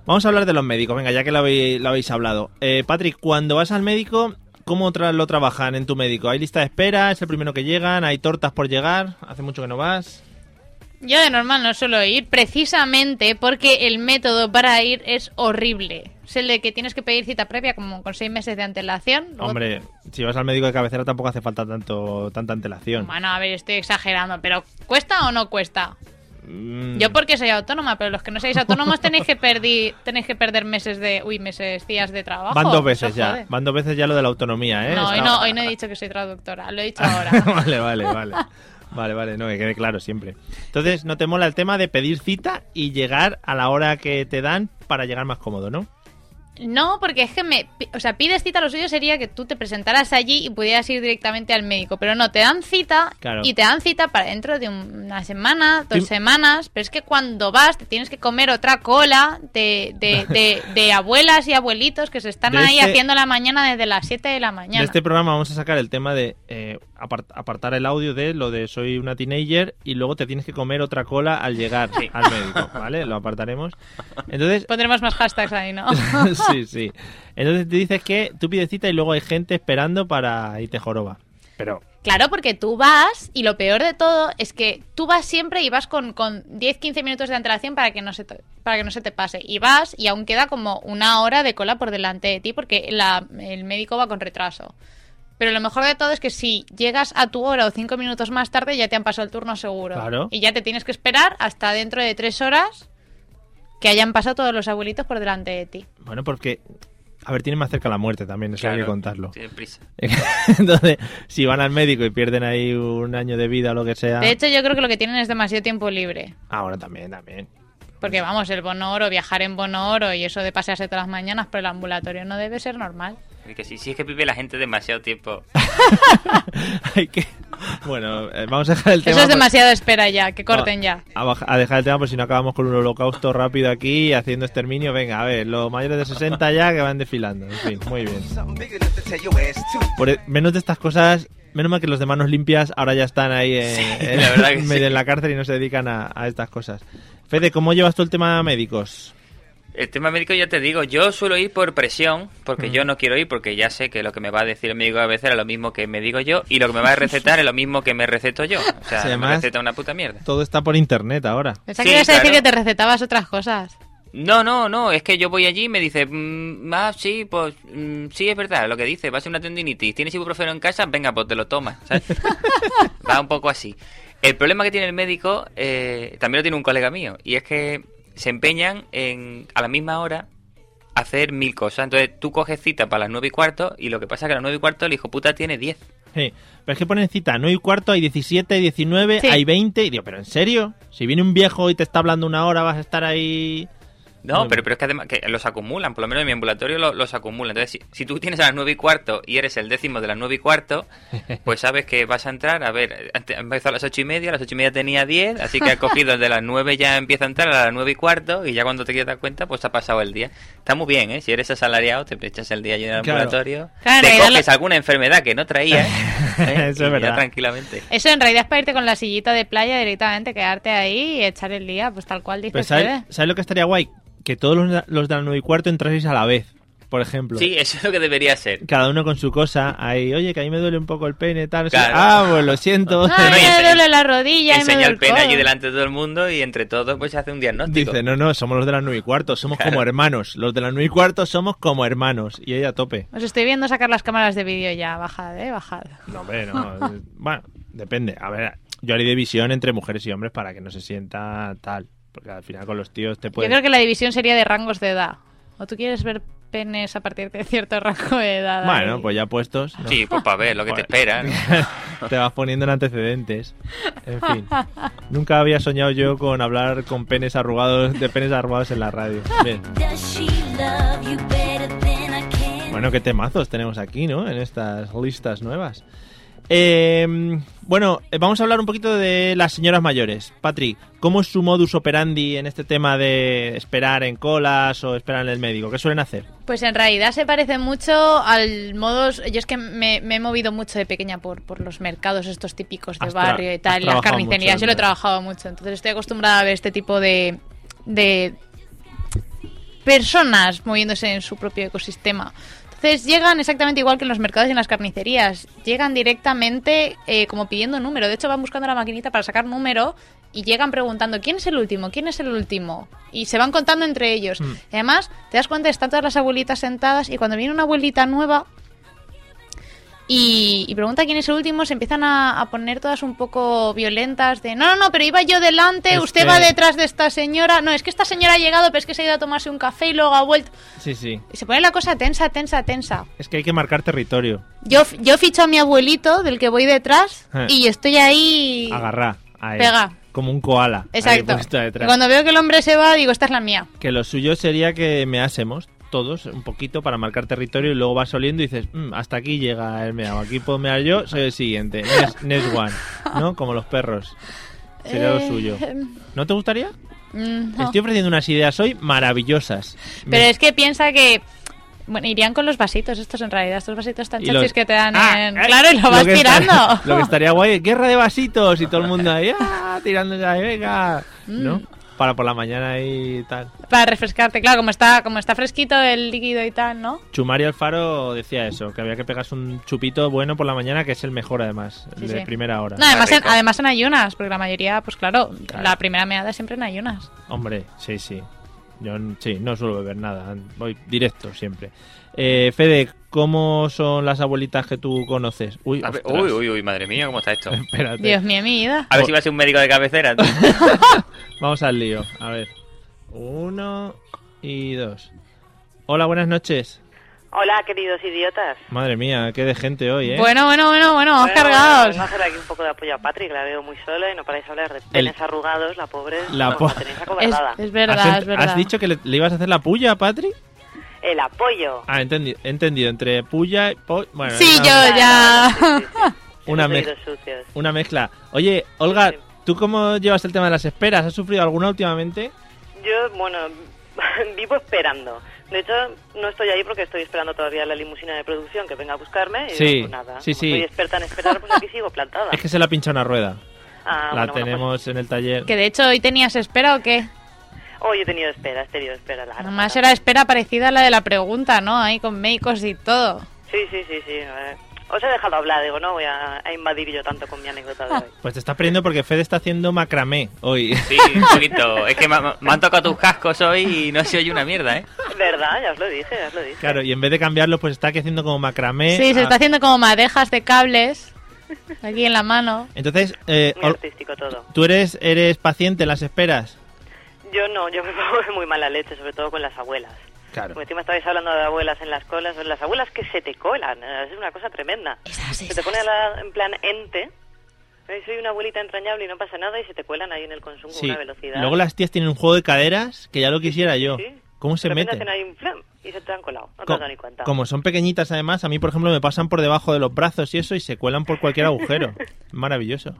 Speaker 2: Vamos a hablar de los médicos, venga, ya que lo habéis, lo habéis hablado. Eh, Patrick, cuando vas al médico, ¿cómo tra- lo trabajan en tu médico? ¿Hay lista de espera? ¿Es el primero que llegan? ¿Hay tortas por llegar? ¿Hace mucho que no vas?
Speaker 3: Yo de normal no suelo ir precisamente porque el método para ir es horrible. Es el de que tienes que pedir cita previa como con seis meses de antelación. Luego-
Speaker 2: Hombre, si vas al médico de cabecera tampoco hace falta tanto tanta antelación.
Speaker 3: Bueno, a ver, estoy exagerando, pero ¿cuesta o no cuesta?
Speaker 2: Mm,
Speaker 3: Yo porque soy autónoma, pero los que no seáis autónomos tenéis que perder, tenéis que perder meses de, uy, meses, días de trabajo.
Speaker 2: Van dos
Speaker 3: Eso
Speaker 2: veces ya.
Speaker 3: jode.
Speaker 2: Van dos veces ya lo de la autonomía, ¿eh?
Speaker 3: No, hoy
Speaker 2: Está-
Speaker 3: no, hoy no he dicho que soy traductora, lo he dicho ahora.
Speaker 2: vale, vale, vale. Vale, vale, no, que quede claro siempre. Entonces, no te mola el tema de pedir cita y llegar a la hora que te dan para llegar más cómodo, ¿no?
Speaker 3: No, porque es que me, o sea, pides cita, lo suyo sería que tú te presentaras allí y pudieras ir directamente al médico, pero no, te dan cita
Speaker 2: Claro.
Speaker 3: y te dan cita para dentro de un- una semana, dos
Speaker 2: Sí.
Speaker 3: semanas, pero es que cuando vas te tienes que comer otra cola de, de, de- de abuelas y abuelitos que se están
Speaker 2: De
Speaker 3: ahí
Speaker 2: este-
Speaker 3: haciendo la mañana desde las 7 de la mañana.
Speaker 2: De este programa vamos a sacar el tema de eh, apart- apartar el audio de lo de soy una teenager y luego te tienes que comer otra cola al llegar
Speaker 4: Sí.
Speaker 2: al médico, ¿vale? Lo apartaremos. Entonces,
Speaker 3: Pondremos más hashtags ahí, ¿no?
Speaker 2: sí, sí. Entonces te dices que tú pides cita y luego hay gente esperando para irte joroba. Pero
Speaker 3: Claro, porque tú vas y lo peor de todo es que tú vas siempre y vas con, con 10-15 minutos de antelación para que, no se te, para que no se te pase. Y vas y aún queda como una hora de cola por delante de ti porque la- el médico va con retraso. Pero lo mejor de todo es que si llegas a tu hora o 5 minutos más tarde ya te han pasado el turno seguro.
Speaker 2: Claro.
Speaker 3: Y ya te tienes que esperar hasta dentro de 3 horas que hayan pasado todos los abuelitos por delante de ti.
Speaker 2: bueno, porque a ver, tiene más cerca la muerte también, eso hay que
Speaker 4: Claro,
Speaker 2: contarlo.
Speaker 4: Tienen prisa.
Speaker 2: Entonces, si van al médico y pierden ahí un año de vida o lo que sea.
Speaker 3: De hecho, yo creo que lo que tienen es demasiado tiempo libre.
Speaker 2: Ah, bueno, también, también.
Speaker 3: Porque vamos, el bono oro, viajar en bono oro y eso de pasearse todas las mañanas por el ambulatorio no debe ser normal.
Speaker 4: Es que si, si es que vive la gente demasiado tiempo.
Speaker 2: Hay que. Bueno, eh, vamos a dejar el tema.
Speaker 3: eso es
Speaker 2: por-
Speaker 3: demasiada espera ya,
Speaker 4: Ah.
Speaker 3: que corten ya.
Speaker 2: Ah, A, baj- a dejar el tema por si no acabamos con un holocausto rápido aquí haciendo exterminio. Venga, a ver, los mayores de 60 ya que van desfilando. En fin, muy bien.
Speaker 5: Something big enough to tear your ass to.
Speaker 2: Por- e-, menos de estas cosas, menos mal que los de manos limpias ahora ya están ahí en, en-
Speaker 4: la verdad que
Speaker 2: medio
Speaker 4: sí.
Speaker 2: en la cárcel y no se dedican a, a estas cosas. Fede, ¿cómo llevas tú el tema médicos?
Speaker 4: El tema médico ya te digo, yo suelo ir por presión, porque yo no quiero ir, porque ya sé que lo que me va a decir el médico a veces es lo mismo que me digo yo, y lo que me va a recetar es lo mismo que me receto yo. O sea,
Speaker 2: Sí,
Speaker 4: me
Speaker 2: además-
Speaker 4: receta una puta mierda.
Speaker 2: Todo está por internet ahora.
Speaker 3: Pensaba
Speaker 4: Sí,
Speaker 3: que ibas a decir
Speaker 4: claro.
Speaker 3: que te recetabas otras cosas.
Speaker 4: No, no, no, es que yo voy allí y me dice, mm, ah, sí, pues mm, sí, es verdad, lo que dice, va a ser una tendinitis, tienes ibuprofeno en casa, venga, pues te lo tomas, ¿sabes? va un poco así. El problema que tiene el médico, eh, también lo tiene un colega mío, y es que se empeñan en, a la misma hora, hacer mil cosas. Entonces tú coges cita para las nueve y cuarto, y lo que pasa es que a las nueve y cuarto el hijo puta tiene 10.
Speaker 2: Sí, pero es que ponen cita, no hay cuarto, hay 17, hay 19,
Speaker 3: Sí.
Speaker 2: hay 20. Y digo, ¿pero en serio? Si viene un viejo y te está hablando una hora, vas a estar ahí.
Speaker 4: No,
Speaker 2: Muy bien.
Speaker 4: pero, pero es que además que los acumulan, por lo menos en mi ambulatorio lo- los acumulan. Entonces, si, si tú tienes a las 9 y cuarto y eres el décimo de las 9 y cuarto, pues sabes que vas a entrar, a ver, antes empezó a las 8 y media, a las 8 y media tenía 10, así que ha cogido el de las 9 ya empieza a entrar a las 9 y cuarto y ya cuando te quieres dar cuenta, pues ha pasado el día. Está muy bien, ¿eh? Si eres asalariado, te echas el día allí en el
Speaker 2: Claro.
Speaker 4: ambulatorio,
Speaker 3: Claro, en
Speaker 4: te
Speaker 3: realidad
Speaker 4: coges
Speaker 3: lo-
Speaker 4: alguna enfermedad que no traías, ¿eh?
Speaker 2: Eso es
Speaker 4: Y ya
Speaker 2: verdad.
Speaker 4: tranquilamente.
Speaker 3: Eso en realidad es para irte con la sillita de playa directamente, quedarte ahí y echar el día, pues tal cual dices.
Speaker 2: Pero ¿sabes,
Speaker 3: Fede.
Speaker 2: sabes lo que estaría guay? Que todos los, los de las 9 y cuarto entraseis a la vez, por ejemplo.
Speaker 4: Sí, eso es lo que debería ser.
Speaker 2: Cada uno con su cosa. Ahí, oye, que a mí me duele un poco el pene, tal. no sé.
Speaker 4: Claro.
Speaker 2: Ah, pues lo siento.
Speaker 4: no, y
Speaker 3: Ay, me
Speaker 4: enseña-
Speaker 3: duele la rodilla, y me
Speaker 4: Enseña
Speaker 3: duele
Speaker 4: el pene allí
Speaker 3: codo.
Speaker 4: delante de todo el mundo y entre todos pues se hace un diagnóstico.
Speaker 2: Dice, no, no, somos los de las 9 y cuarto, somos como hermanos. Los de las 9 y cuarto somos como hermanos. Y ella a tope.
Speaker 3: Os estoy viendo sacar las cámaras de vídeo ya, bajad, eh, bajad.
Speaker 2: No, hombre, no. bueno, depende. A ver, yo haré división entre mujeres y hombres para que no se sienta tal. Porque al final con los tíos te
Speaker 4: Pues-
Speaker 3: Yo creo
Speaker 2: puedes.
Speaker 3: que la división sería de rangos de edad. ¿O tú quieres ver penes a partir de cierto rango de edad?
Speaker 2: Bueno,
Speaker 3: ahí?
Speaker 2: pues ya puestos, ¿no?
Speaker 4: Sí, pues para ver lo que
Speaker 2: Vale.
Speaker 4: te espera. ¿no?
Speaker 2: te vas poniendo en antecedentes. En fin. Nunca había soñado yo con hablar con penes arrugados, de penes arrugados en la radio. Bien.
Speaker 7: Does she love you better than I can?
Speaker 2: Bueno, qué temazos tenemos aquí, ¿no? En estas listas nuevas. Eh, bueno, eh, vamos a hablar un poquito de las señoras mayores. Patrick, ¿cómo es su modus operandi en este tema de esperar en colas o esperar en el médico? ¿Qué suelen hacer?
Speaker 3: Pues en realidad se parece mucho al modos. Yo es que me, me he movido mucho de pequeña por, por los mercados estos típicos de
Speaker 2: Has tra-
Speaker 3: barrio y
Speaker 2: has
Speaker 3: tal, y las
Speaker 2: trabajado
Speaker 3: carnicerías.
Speaker 2: mucho,
Speaker 3: yo lo he
Speaker 2: ¿verdad?
Speaker 3: trabajado mucho, entonces estoy acostumbrada a ver este tipo de, de personas moviéndose en su propio ecosistema. Entonces llegan exactamente igual que en los mercados y en las carnicerías. Llegan directamente eh, como pidiendo número. De hecho, van buscando la maquinita para sacar número y llegan preguntando quién es el último, quién es el último. Y se van contando entre ellos.
Speaker 2: Mm.
Speaker 3: Y además, te das cuenta, están todas las abuelitas sentadas y cuando viene una abuelita nueva, Y, y pregunta quién es el último, se empiezan a, a poner todas un poco violentas de, no, no, no, pero iba yo delante,
Speaker 2: Es
Speaker 3: usted
Speaker 2: que-
Speaker 3: va detrás de esta señora, no, es que esta señora ha llegado, pero es que se ha ido a tomarse un café y luego ha vuelto.
Speaker 2: Sí, sí.
Speaker 3: Y se pone la cosa tensa, tensa, tensa.
Speaker 2: Es que hay que marcar territorio.
Speaker 3: Yo, yo ficho a mi abuelito, del que voy detrás,
Speaker 2: Eh.
Speaker 3: y estoy ahí...
Speaker 2: Agarrar. ahí,
Speaker 3: Pega.
Speaker 2: Como un koala. ahí
Speaker 3: Exacto.
Speaker 2: puesto
Speaker 3: Y
Speaker 2: detrás.
Speaker 3: cuando veo que el hombre se va, digo, esta es la mía.
Speaker 2: Que lo suyo sería que meásemos todos un poquito para marcar territorio y luego vas oliendo y dices, "Mm, hasta aquí llega el meao, aquí puedo mear yo, soy el siguiente, next, next one, ¿no? Como los perros. Sería lo
Speaker 3: Eh,
Speaker 2: suyo.
Speaker 3: em,
Speaker 2: ¿No te gustaría?
Speaker 3: mm,
Speaker 2: Te
Speaker 3: no.
Speaker 2: Estoy ofreciendo unas ideas hoy maravillosas. Me-
Speaker 3: Pero es que piensa que. Bueno, irían con los vasitos estos en realidad, estos vasitos tan
Speaker 2: y los-
Speaker 3: chachis que te dan
Speaker 2: Ah,
Speaker 3: en.
Speaker 2: eh,
Speaker 3: Claro, y lo, vas
Speaker 2: que estaría-
Speaker 3: tirando.
Speaker 2: lo que estaría guay es guerra de vasitos y todo el mundo ahí, ah, tirándose ahí, venga, ¿no?
Speaker 3: Mm.
Speaker 2: Para por la mañana y tal.
Speaker 3: Para refrescarte, claro, como está, como está fresquito el líquido y tal, ¿no?
Speaker 2: Chumari Alfaro decía eso, que había que pegarse un chupito bueno por la mañana, que es el mejor además, el
Speaker 3: Sí,
Speaker 2: de
Speaker 3: sí.
Speaker 2: primera hora.
Speaker 3: No, además en,
Speaker 4: rico.
Speaker 3: además en ayunas, porque la mayoría, pues claro,
Speaker 2: Claro.
Speaker 3: la primera meada siempre en ayunas.
Speaker 2: Hombre, sí, sí. Yo n- sí, no suelo beber nada, voy directo siempre. Eh, Fede, ¿cómo son las abuelitas que tú conoces? Uy,
Speaker 4: A ver-
Speaker 2: ostras,
Speaker 4: uy, uy, uy, madre mía, ¿cómo está esto?
Speaker 2: espérate.
Speaker 3: Dios mío, mi vida.
Speaker 4: A ver si va a ser un médico de cabecera. tú.
Speaker 2: Vamos al lío, a ver. Uno y dos. Hola, buenas noches.
Speaker 8: Hola, queridos idiotas.
Speaker 2: Madre mía, qué de gente hoy, ¿eh?
Speaker 3: Bueno, bueno, bueno, bueno, vamos
Speaker 8: Bueno,
Speaker 3: cargados.
Speaker 8: Vamos a hacer aquí un poco de apoyo a Patri, que la veo muy sola y no paráis de hablar de penes arrugados, la pobre.
Speaker 2: La
Speaker 8: no,
Speaker 2: po-
Speaker 8: la tenéis
Speaker 3: Es,
Speaker 8: acobardada.
Speaker 3: es
Speaker 2: ¿Has,
Speaker 3: verdad,
Speaker 2: ent-
Speaker 3: es verdad.
Speaker 2: ¿Has dicho que le, le ibas a hacer la puya, Patri?
Speaker 8: El apoyo.
Speaker 2: Ah, entendido, entendido. Entre puya y... po- Bueno,
Speaker 3: Sí,
Speaker 2: no.
Speaker 3: yo ya.
Speaker 8: Claro, sí, sí, sí.
Speaker 2: Una
Speaker 8: Esos
Speaker 2: mez-
Speaker 8: oídos sucios.
Speaker 2: Una mezcla. Oye, Olga,
Speaker 8: Sí.
Speaker 2: ¿tú cómo llevas el tema de las esperas? ¿Has sufrido alguna últimamente?
Speaker 8: Yo, bueno, vivo esperando. De hecho, no estoy ahí porque estoy esperando todavía la limusina de producción que venga a buscarme. Y
Speaker 2: Sí,
Speaker 8: digo, pues nada.
Speaker 2: sí,
Speaker 8: como
Speaker 2: sí.
Speaker 8: Soy experta en esperar, pues aquí sigo plantada.
Speaker 2: Es que se la pincha una rueda.
Speaker 8: Ah,
Speaker 2: la
Speaker 8: bueno, bueno,
Speaker 2: tenemos en el taller.
Speaker 3: Que de hecho hoy tenías espera o qué?
Speaker 8: pues- Hoy he tenido espera, he tenido espera larga.
Speaker 3: Además era espera parecida a la de la pregunta, ¿no? Ahí con médicos y todo.
Speaker 8: Sí, sí, sí, sí. eh. Os he dejado hablar, digo, no voy a, a invadir yo tanto con mi anécdota de hoy.
Speaker 2: Pues te estás perdiendo porque Fede está haciendo macramé hoy.
Speaker 4: Sí, un poquito. Es que me, me han tocado tus cascos hoy y no se oye una mierda, ¿eh?
Speaker 8: ¿Verdad? Ya os lo dije, ya os lo dije.
Speaker 2: claro, y en vez de cambiarlos, pues está aquí haciendo como macramé.
Speaker 3: Sí, se
Speaker 2: Ah,
Speaker 3: está haciendo como madejas de cables aquí en la mano.
Speaker 2: Entonces, eh,
Speaker 8: Muy
Speaker 2: Ol-
Speaker 8: artístico todo.
Speaker 2: ¿tú eres, eres paciente en las esperas?
Speaker 8: Yo no, yo me pongo de muy mala leche, sobre todo con las abuelas.
Speaker 2: Claro.
Speaker 8: Porque encima estabais hablando de abuelas en las colas, son las abuelas que se te colan, eh, es una cosa tremenda. Se te pone a la- en plan ente. eh, Soy una abuelita entrañable y no pasa nada y se te cuelan ahí en el consumo
Speaker 2: Sí.
Speaker 8: a una velocidad.
Speaker 2: Luego las tías tienen un juego de caderas que ya lo quisiera yo.
Speaker 8: Sí.
Speaker 2: ¿Cómo se
Speaker 8: De repente
Speaker 2: meten?
Speaker 8: hacen ahí un flam y se te han colado, no te
Speaker 2: Co-
Speaker 8: has dado ni cuenta.
Speaker 2: Como son pequeñitas, además, a mí, por ejemplo, me pasan por debajo de los brazos y eso y se cuelan por cualquier agujero. Maravilloso.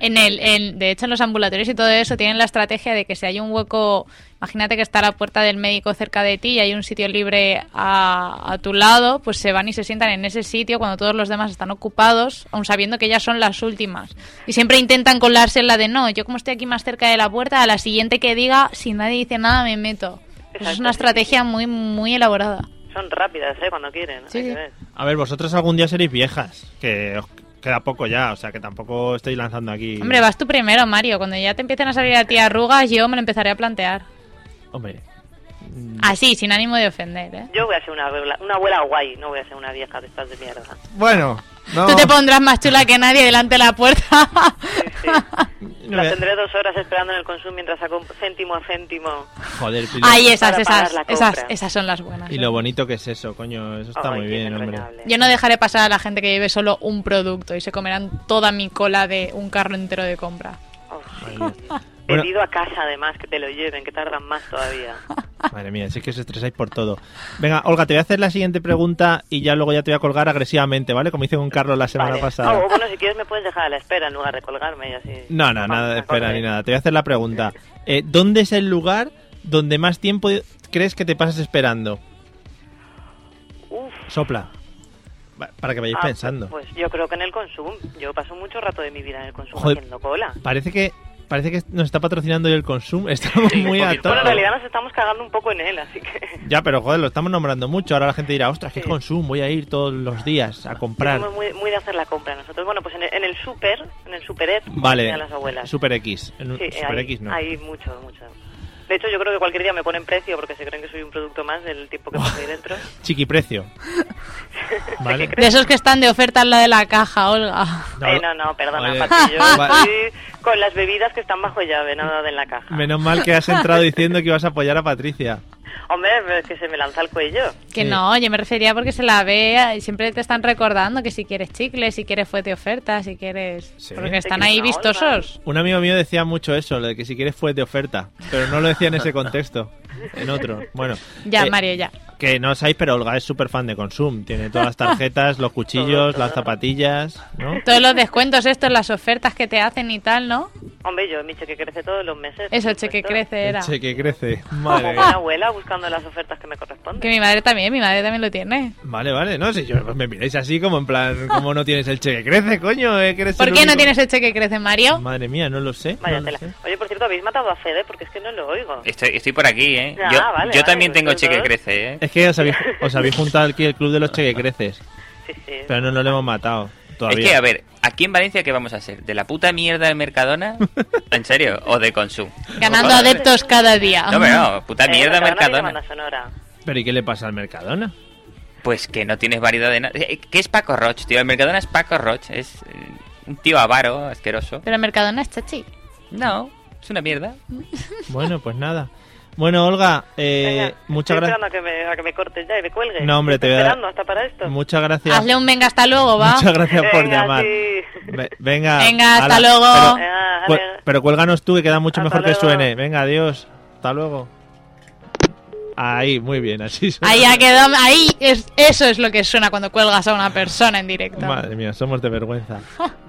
Speaker 3: En el, en- de hecho, en los ambulatorios y todo eso tienen la estrategia de que si hay un hueco, imagínate que está la puerta del médico cerca de ti y hay un sitio libre a, a tu lado, pues se van y se sientan en ese sitio cuando todos los demás están ocupados, aun sabiendo que ya son las últimas. Y siempre intentan colarse en la de no, yo como estoy aquí más cerca de la puerta, a la siguiente que diga, si nadie dice nada, me meto. Eso es
Speaker 8: Exacto,
Speaker 3: una
Speaker 8: sí, sí.
Speaker 3: estrategia muy, muy elaborada.
Speaker 8: Son rápidas, ¿eh? Cuando quieren.
Speaker 3: Sí,
Speaker 8: hay que
Speaker 3: sí.
Speaker 8: ver.
Speaker 2: A ver, vosotros algún día seréis viejas, que os queda poco ya, o sea, que tampoco estoy lanzando aquí.
Speaker 3: Hombre, vas tú primero, Mario. Cuando ya te empiecen a salir a ti arrugas, yo me lo empezaré a plantear.
Speaker 2: Hombre.
Speaker 3: Así, sin ánimo de ofender, ¿eh?
Speaker 8: Yo voy a ser una abuela, una abuela guay, no voy a ser una vieja de estas de mierda.
Speaker 2: Bueno, no.
Speaker 3: Tú te pondrás más chula que nadie delante de la puerta.
Speaker 8: Sí, sí.
Speaker 2: no
Speaker 8: La
Speaker 2: me-
Speaker 8: tendré dos horas esperando en el consumo mientras saco un céntimo a céntimo.
Speaker 2: Joder, Pilar.
Speaker 3: Ay, esas,
Speaker 8: Para
Speaker 3: esas,
Speaker 8: pagar la compra.
Speaker 3: esas, esas son las buenas.
Speaker 2: Y
Speaker 3: ¿eh?
Speaker 2: lo bonito que es eso, coño, eso está
Speaker 8: Ay,
Speaker 2: muy
Speaker 8: qué
Speaker 2: bien, hombre.
Speaker 8: entrañable.
Speaker 3: Yo no dejaré pasar a la gente que lleve solo un producto y se comerán toda mi cola de un carro entero de compra.
Speaker 8: Oh, sí.
Speaker 2: Bueno.
Speaker 8: Pedido a casa, además, que te lo lleven, que tardan más todavía.
Speaker 2: Madre mía, sí que os estresáis por todo. Venga, Olga, te voy a hacer la siguiente pregunta y ya luego ya te voy a colgar agresivamente, ¿vale? Como hice con Carlos la semana
Speaker 8: Vale.
Speaker 2: pasada.
Speaker 8: Ah, o bueno, si quieres me puedes dejar a la espera en lugar de colgarme y así.
Speaker 2: No, no,
Speaker 8: Vamos,
Speaker 2: nada de
Speaker 8: me
Speaker 2: espera
Speaker 8: corto.
Speaker 2: ni nada. Te voy a hacer la pregunta. Eh, ¿Dónde es el lugar donde más tiempo crees que te pasas esperando?
Speaker 8: Uf.
Speaker 2: Sopla. Va- Para que vayáis
Speaker 8: Ah,
Speaker 2: pensando.
Speaker 8: Pues yo creo que en el consumo. Yo paso mucho rato de mi vida en el consumo
Speaker 2: Joder.
Speaker 8: haciendo cola.
Speaker 2: Parece que parece que nos está patrocinando hoy el consumo. Estamos
Speaker 4: Sí,
Speaker 2: muy
Speaker 4: un
Speaker 2: a
Speaker 4: poquito.
Speaker 2: tope.
Speaker 8: Bueno, en realidad nos estamos cagando un poco en él, así que...
Speaker 2: Ya, pero joder, lo estamos nombrando mucho. Ahora la gente dirá, ostras, qué
Speaker 8: Sí.
Speaker 2: consumo, voy a ir todos los días a comprar.
Speaker 8: Somos muy, muy de hacer la compra nosotros. Bueno, pues en el, en el súper, en el superet,
Speaker 2: Vale.
Speaker 8: a las abuelas.
Speaker 2: Super X. En un-
Speaker 8: Sí,
Speaker 2: Super
Speaker 8: hay,
Speaker 2: X no.
Speaker 8: hay mucho, mucho. De hecho, yo creo que cualquier día me ponen precio porque se creen que soy un producto más del tiempo que paso ahí dentro.
Speaker 2: Chiqui precio. ¿Vale?
Speaker 3: De esos que están de oferta en la de la caja, Olga.
Speaker 8: No, eh, no, no, perdona,
Speaker 2: Oye,
Speaker 8: Pati, yo
Speaker 2: va-
Speaker 8: estoy con las bebidas que están bajo llave, nada de en la caja.
Speaker 2: Menos mal que has entrado diciendo que ibas a apoyar a Patricia.
Speaker 8: Hombre, pero es que se me lanza el cuello.
Speaker 3: Que
Speaker 2: Sí.
Speaker 3: no, yo me refería porque se la ve y siempre te están recordando que si quieres chicle, si quieres fue de oferta, si quieres...
Speaker 2: Sí.
Speaker 3: Porque están
Speaker 8: Es que
Speaker 3: ahí
Speaker 8: no,
Speaker 3: vistosos.
Speaker 2: Un amigo mío decía mucho eso, lo de que si quieres fue de oferta, pero no lo decía en ese contexto, en otro. Bueno,
Speaker 3: Ya,
Speaker 2: eh,
Speaker 3: Mario, ya.
Speaker 2: que no sabéis, pero Olga es súper fan de Consum. Tiene todas las tarjetas, los cuchillos, las zapatillas, ¿no?
Speaker 3: Todos los descuentos estos, las ofertas que te hacen y tal, ¿no?
Speaker 8: Hombre, yo mi cheque crece todos los meses.
Speaker 3: Eso,
Speaker 8: por
Speaker 3: cheque
Speaker 8: supuesto.
Speaker 3: crece era.
Speaker 2: Che, que crece.
Speaker 8: Como
Speaker 2: Madre
Speaker 8: buena
Speaker 2: mía.
Speaker 8: abuela buscando las ofertas que me corresponden.
Speaker 3: Que mi madre también, mi madre también lo tiene.
Speaker 2: Vale, vale, no, si yo me miráis así como en plan, ¿cómo no tienes el cheque? Crece, coño, eh, que eres
Speaker 3: ¿Por
Speaker 2: el
Speaker 3: qué no
Speaker 2: único.
Speaker 3: tienes el cheque crece, Mario?
Speaker 2: Madre mía, no lo sé.
Speaker 8: Vaya
Speaker 2: no lo
Speaker 8: tela.
Speaker 2: sé.
Speaker 8: Oye, por cierto, habéis matado a Fede porque es que no lo oigo.
Speaker 4: Estoy, estoy por aquí, ¿eh?
Speaker 8: Ah,
Speaker 4: yo
Speaker 8: vale,
Speaker 4: yo
Speaker 8: vale,
Speaker 4: también tengo
Speaker 8: vosotros
Speaker 4: cheque
Speaker 8: dos.
Speaker 4: crece, ¿eh?
Speaker 2: Es que os habéis, os habéis juntado aquí el club de los cheque creces,
Speaker 8: Sí, sí.
Speaker 2: pero no, no lo hemos matado todavía.
Speaker 4: Es que, a ver, aquí en Valencia, ¿qué vamos a hacer? ¿De la puta mierda del Mercadona? ¿En serio? ¿O de Consum?
Speaker 3: Ganando
Speaker 4: Vamos a hacer-
Speaker 3: adeptos cada día.
Speaker 4: No, pero no, puta mierda
Speaker 8: Eh, Mercadona
Speaker 4: Mercadona.
Speaker 8: tiene banda sonora.
Speaker 2: Pero ¿y qué le pasa al Mercadona?
Speaker 4: Pues que no tienes variedad de nada. ¿Qué es Paco Roch, tío? El Mercadona es Paco Roch. Es eh, un tío avaro, asqueroso.
Speaker 3: Pero Mercadona es chachi.
Speaker 4: No, es una mierda.
Speaker 2: Bueno, pues nada. Bueno, Olga, eh,
Speaker 8: Venga,
Speaker 2: muchas
Speaker 8: estoy
Speaker 2: gracias.
Speaker 8: esperando a que, me, a que me cortes ya y me cuelgues.
Speaker 2: No, hombre,
Speaker 8: Estoy
Speaker 2: te voy a dar-
Speaker 8: esperando hasta para esto.
Speaker 2: Muchas gracias.
Speaker 3: Hazle un venga hasta luego, va.
Speaker 2: Muchas gracias por
Speaker 8: Venga,
Speaker 2: llamar.
Speaker 8: sí.
Speaker 2: Ve- venga.
Speaker 3: Venga, hasta
Speaker 2: hala,
Speaker 3: luego.
Speaker 2: pero-
Speaker 8: Venga,
Speaker 2: cuel-
Speaker 8: ale-
Speaker 2: Pero cuélganos tú, que queda mucho
Speaker 8: Hasta
Speaker 2: mejor que
Speaker 8: luego.
Speaker 2: suene. Venga, adiós. Hasta luego. Ahí, muy bien, así suena.
Speaker 3: Ahí ha quedado, ahí es, eso es lo que suena cuando cuelgas a una persona en directo.
Speaker 2: Madre mía, somos de vergüenza.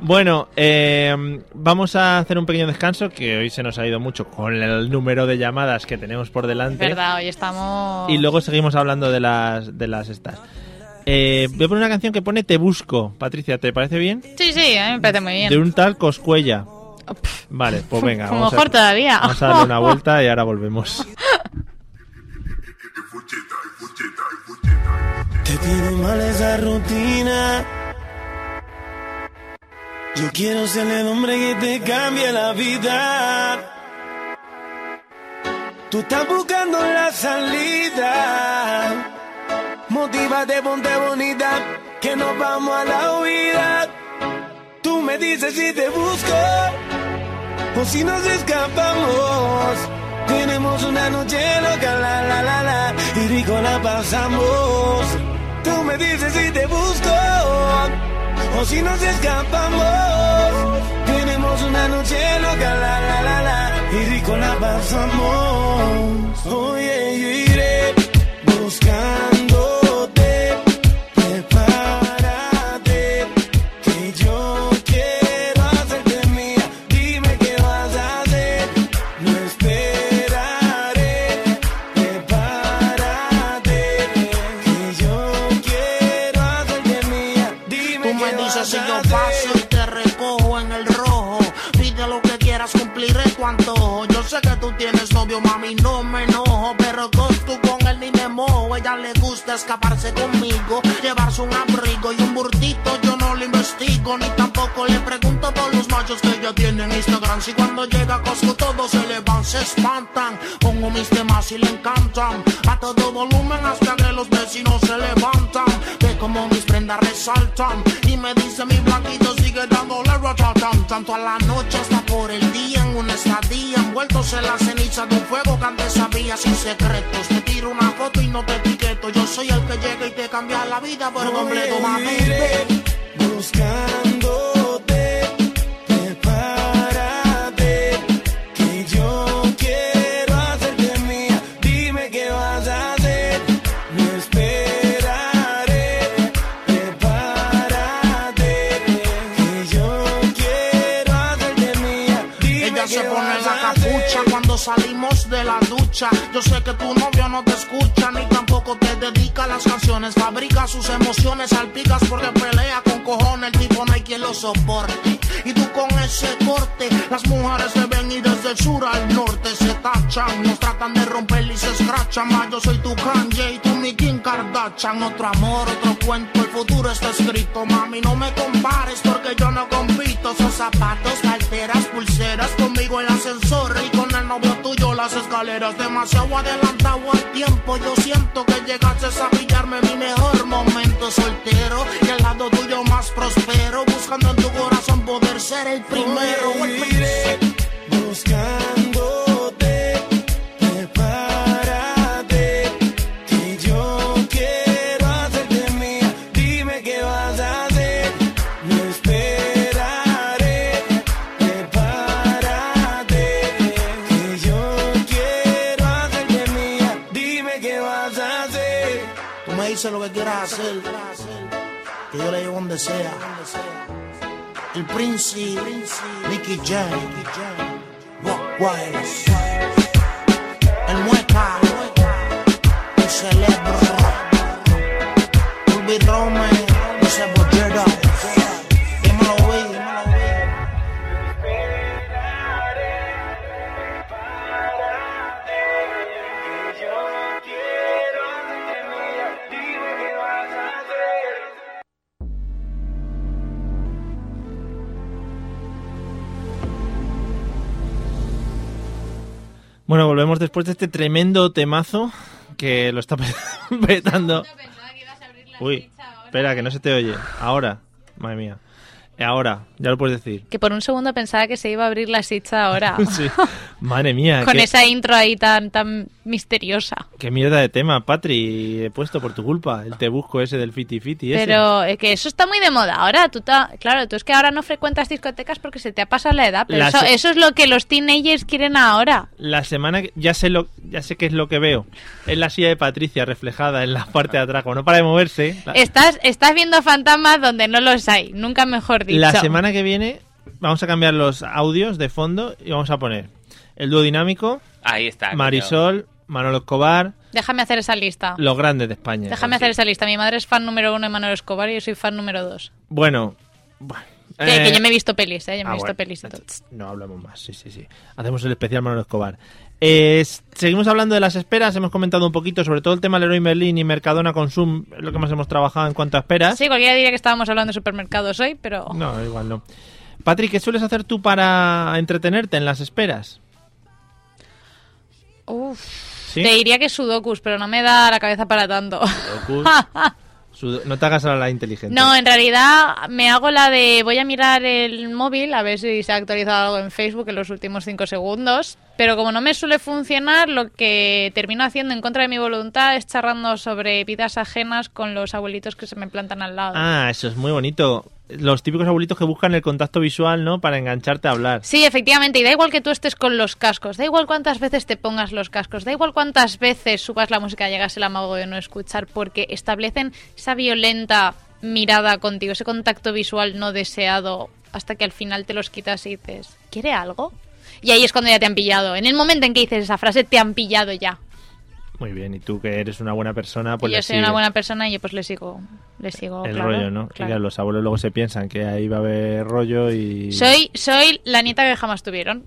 Speaker 2: Bueno, eh, vamos a hacer un pequeño descanso, que hoy se nos ha ido mucho con el número de llamadas que tenemos por
Speaker 3: Es
Speaker 2: delante.
Speaker 3: verdad, hoy estamos.
Speaker 2: Y luego seguimos hablando de las, de las estas. Eh, voy a poner una canción que pone Te Busco. Patricia, ¿te parece bien?
Speaker 3: Sí, sí, a mí me parece muy bien.
Speaker 2: De un tal Coscuella. Vale, pues venga.
Speaker 3: Como
Speaker 2: vamos a-
Speaker 3: mejor todavía.
Speaker 2: Vamos a darle una vuelta y ahora volvemos.
Speaker 9: Te tiene mal esa rutina. Yo quiero ser el hombre que te cambie la vida. Tú estás buscando la salida. Motívate, ponte bonita, que nos vamos a la huida. Tú me dices si te busco o si nos escapamos. Tenemos una noche loca, la la la la, y rico la pasamos. Tú me dices si te busco o si nos escapamos. Tenemos una noche loca, la la la la, y rico la pasamos. Oye, yo iré buscándote, prepárate, que yo quiero hacerte mía. Dime qué vas a hacer, no esperaré, prepárate, que yo quiero hacerte mía. Dime
Speaker 10: Tú me
Speaker 9: qué
Speaker 10: dices
Speaker 9: vas
Speaker 10: si
Speaker 9: a
Speaker 10: yo
Speaker 9: hacer.
Speaker 10: paso y te recojo en el rojo. Pide lo que quieras, cumpliré tu antojo. Yo sé que tú tienes novio, mami, no me enojo. Pero con tú con él ni me mojo. Ella le gusta escaparse conmigo, llevarse un abrigo y un burtito. Yo no lo investigo, ni tampoco le pregunto por los machos que ella tiene en Instagram. Si cuando llega a Costco todos se le van, se espantan. Pongo mis temas y le encantan. A todo volumen hasta que los vecinos se levantan. Ve como mis prendas resaltan. Y me dice mi blanquito sigue dándole ratatán. Tanto a la noche hasta por el día en una estadía. Envueltos en la ceniza de un fuego que antes sabía sin secretos. Te tiro una foto y no te etiqueto. Yo soy el que llega y te cambia la vida por completo, mami.
Speaker 9: Viviré buscándote, prepárate, que yo quiero hacerte mía. Dime qué vas a hacer, no esperaré, prepárate, que yo quiero hacerte mía. Dime
Speaker 10: Ella se
Speaker 9: qué
Speaker 10: pone
Speaker 9: vas
Speaker 10: la
Speaker 9: a hacer.
Speaker 10: capucha cuando salimos de la ducha. Yo sé que tu novio no te escucha, ni tampoco te dedica a las canciones. Fabrica sus emociones, salpicas porque pelea con cojones. El tipo no hay quien lo soporte. Y tú con ese corte, las mujeres se ven y desde el sur al norte se tachan. Nos tratan de romper y se escrachan. Mas yo soy tu Kanye y tú mi Kim Kardashian. Otro amor, otro cuento, el futuro está escrito. Mami, no me compares porque yo no compito. Esos zapatos, carteras, pulseras, conmigo el ascensor y con el novio tuyo las escaleras. Demasiado adelantado al tiempo, yo siento que llegaste a pillarme mi mejor momento soltero. Tú me dices lo que quieras hacer, que yo le llevo donde sea. El Prince, Nicky Jam, Buck Wilds, el Mueca, el Celebro, Ruby Rome, no sé, Bollero. Dímelo, Will, dímelo, Will.
Speaker 2: Bueno, volvemos después de este tremendo temazo que lo está petando. Uy, espera, que no se te oye. Ahora, madre mía. Ahora, ya lo puedes decir.
Speaker 3: Que por un segundo pensaba que se iba a abrir la sicha ahora.
Speaker 2: Sí. Madre mía,
Speaker 3: Con
Speaker 2: qué,
Speaker 3: esa intro ahí tan, tan misteriosa.
Speaker 2: qué mierda de tema, Patri. He puesto por tu culpa el te busco ese del fiti fiti. Ese.
Speaker 3: Pero eh, que eso está muy de moda ahora. Tú ta- Claro, tú es que ahora no frecuentas discotecas porque se te ha pasado la edad. Pero
Speaker 2: La
Speaker 3: eso,
Speaker 2: se-
Speaker 3: eso es lo que los teenagers quieren ahora.
Speaker 2: La semana que- ya sé lo ya sé qué es lo que veo. Es la silla de Patricia reflejada en la parte de atrás, como no para de moverse. ¿eh? La,
Speaker 3: Estás, estás viendo fantasmas donde no los hay. Nunca mejor dicho.
Speaker 2: la semana que viene vamos a cambiar los audios de fondo y vamos a poner el dúo dinámico,
Speaker 4: Ahí está. Ah, coño.
Speaker 2: Marisol, Manolo Escobar,
Speaker 3: Déjame hacer esa lista.
Speaker 2: los grandes de España.
Speaker 3: Déjame hacer esa lista. Mi madre es fan número uno de Manuel Escobar y yo soy fan número dos.
Speaker 2: Bueno, bueno,
Speaker 3: Que,
Speaker 2: eh,
Speaker 3: que yo me he visto pelis, ¿eh? Yo me
Speaker 2: ah,
Speaker 3: he visto
Speaker 2: bueno,
Speaker 3: pelis y todo.
Speaker 2: entonces No hablamos más, sí, sí, sí. Hacemos el especial Manolo Escobar. Eh, s- seguimos hablando de las esperas, hemos comentado un poquito sobre todo el tema Leroy Merlin y Mercadona Consum, es lo que más hemos trabajado en cuanto a esperas.
Speaker 3: Sí, cualquiera diría que estábamos hablando de supermercados hoy, pero...
Speaker 2: No, igual no. Patrick, ¿qué sueles hacer tú para entretenerte en las esperas?
Speaker 3: Uf,
Speaker 2: ¿Sí?
Speaker 3: Te diría que sudokus, pero no me da la cabeza para tanto.
Speaker 2: Sudokus. Sudo- No te hagas a la inteligente.
Speaker 3: No, en realidad me hago la de voy a mirar el móvil a ver si se ha actualizado algo en Facebook en los últimos cinco segundos. Pero como no me suele funcionar, lo que termino haciendo en contra de mi voluntad es charrando sobre vidas ajenas con los abuelitos que se me plantan al lado.
Speaker 2: Ah, eso es muy bonito. Los típicos abuelitos que buscan el contacto visual, ¿no? Para engancharte a hablar.
Speaker 3: Sí, efectivamente, y da igual que tú estés con los cascos, da igual cuántas veces te pongas los cascos, da igual cuántas veces subas la música y llegas el amago de no escuchar, porque establecen esa violenta mirada contigo, ese contacto visual no deseado, hasta que al final te los quitas y dices, ¿quiere algo? Y ahí es cuando ya te han pillado. En el momento en que dices esa frase, te han pillado ya.
Speaker 2: Muy bien, y tú que eres una buena persona,
Speaker 3: y
Speaker 2: pues
Speaker 3: yo
Speaker 2: le
Speaker 3: soy una
Speaker 2: sigues.
Speaker 3: buena persona y yo pues le sigo, le sigo.
Speaker 2: el
Speaker 3: claro,
Speaker 2: rollo, ¿no?
Speaker 3: claro.
Speaker 2: Claro, los abuelos luego se piensan que ahí va a haber rollo y...
Speaker 3: Soy, soy la nieta que jamás tuvieron.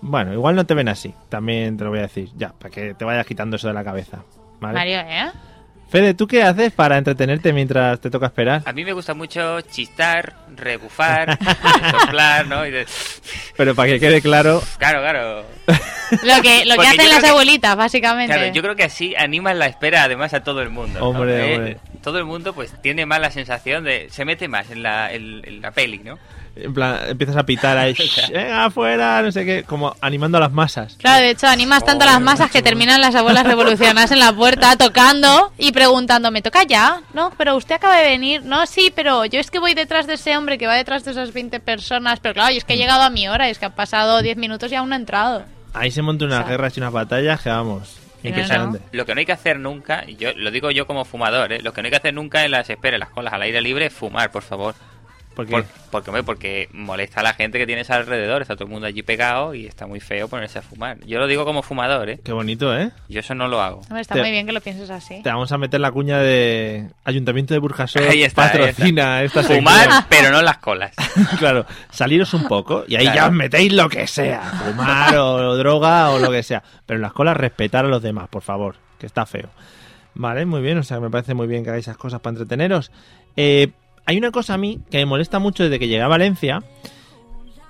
Speaker 2: Bueno, igual no te ven así, también te lo voy a decir, ya, para que te vayas quitando eso de la cabeza. ¿vale?
Speaker 3: Mario, ¿eh?
Speaker 2: Fede, ¿tú qué haces para entretenerte mientras te toca esperar?
Speaker 4: A mí me gusta mucho chistar, rebufar, soplar, ¿no? Y de-
Speaker 2: Pero para que quede claro,
Speaker 4: Claro, claro.
Speaker 3: Lo que, lo que
Speaker 4: Porque yo
Speaker 3: hacen las
Speaker 4: creo Pues que-
Speaker 3: abuelitas, básicamente.
Speaker 4: Claro, yo creo que así animas la espera además a todo el mundo. ¿no?
Speaker 2: Hombre,
Speaker 4: Eh,
Speaker 2: hombre.
Speaker 4: Todo el mundo pues tiene más la sensación de... Se mete más en la, en- en la peli, ¿no?
Speaker 2: en plan, empiezas a pitar ahí, venga, afuera, no sé qué, como animando a las masas.
Speaker 3: Claro, de hecho, animas tanto a las masas que terminan las abuelas revolucionarias en la puerta tocando y preguntando, ¿me toca ya? No, pero usted acaba de venir. No, sí, pero yo es que voy detrás de ese hombre que va detrás de esas 20 personas. Pero claro, yo es que he llegado a mi hora, y es que han pasado 10 minutos y aún no he entrado.
Speaker 2: Ahí se montan unas guerras y unas batallas que vamos,
Speaker 3: No,
Speaker 2: impresionante.
Speaker 4: Lo que no hay que hacer nunca, y yo lo digo yo como fumador, ¿eh? Lo que no hay que hacer nunca en las esperas, en las colas al aire libre es fumar, por favor.
Speaker 2: Porque
Speaker 4: Por- porque, hombre, porque molesta a la gente que tienes alrededor, está todo el mundo allí pegado y está muy feo ponerse a fumar. Yo lo digo como fumador, ¿eh?
Speaker 2: qué bonito, ¿eh?
Speaker 4: Yo eso no lo hago.
Speaker 3: Hombre, está
Speaker 2: Te-
Speaker 3: muy bien que lo pienses así.
Speaker 2: Te vamos a meter la cuña de Ayuntamiento de Burjasot
Speaker 4: Ahí está, ahí
Speaker 2: patrocina esta sección.
Speaker 4: Fumar, pero no en las colas.
Speaker 2: claro, saliros un poco y ahí
Speaker 4: Claro.
Speaker 2: ya os metéis lo que sea, fumar o, droga o lo que sea. Pero en las colas respetar a los demás, por favor, que está feo. Vale, muy bien, o sea, me parece muy bien que hagáis esas cosas para entreteneros. Eh, hay una cosa a mí que me molesta mucho desde que llegué a Valencia,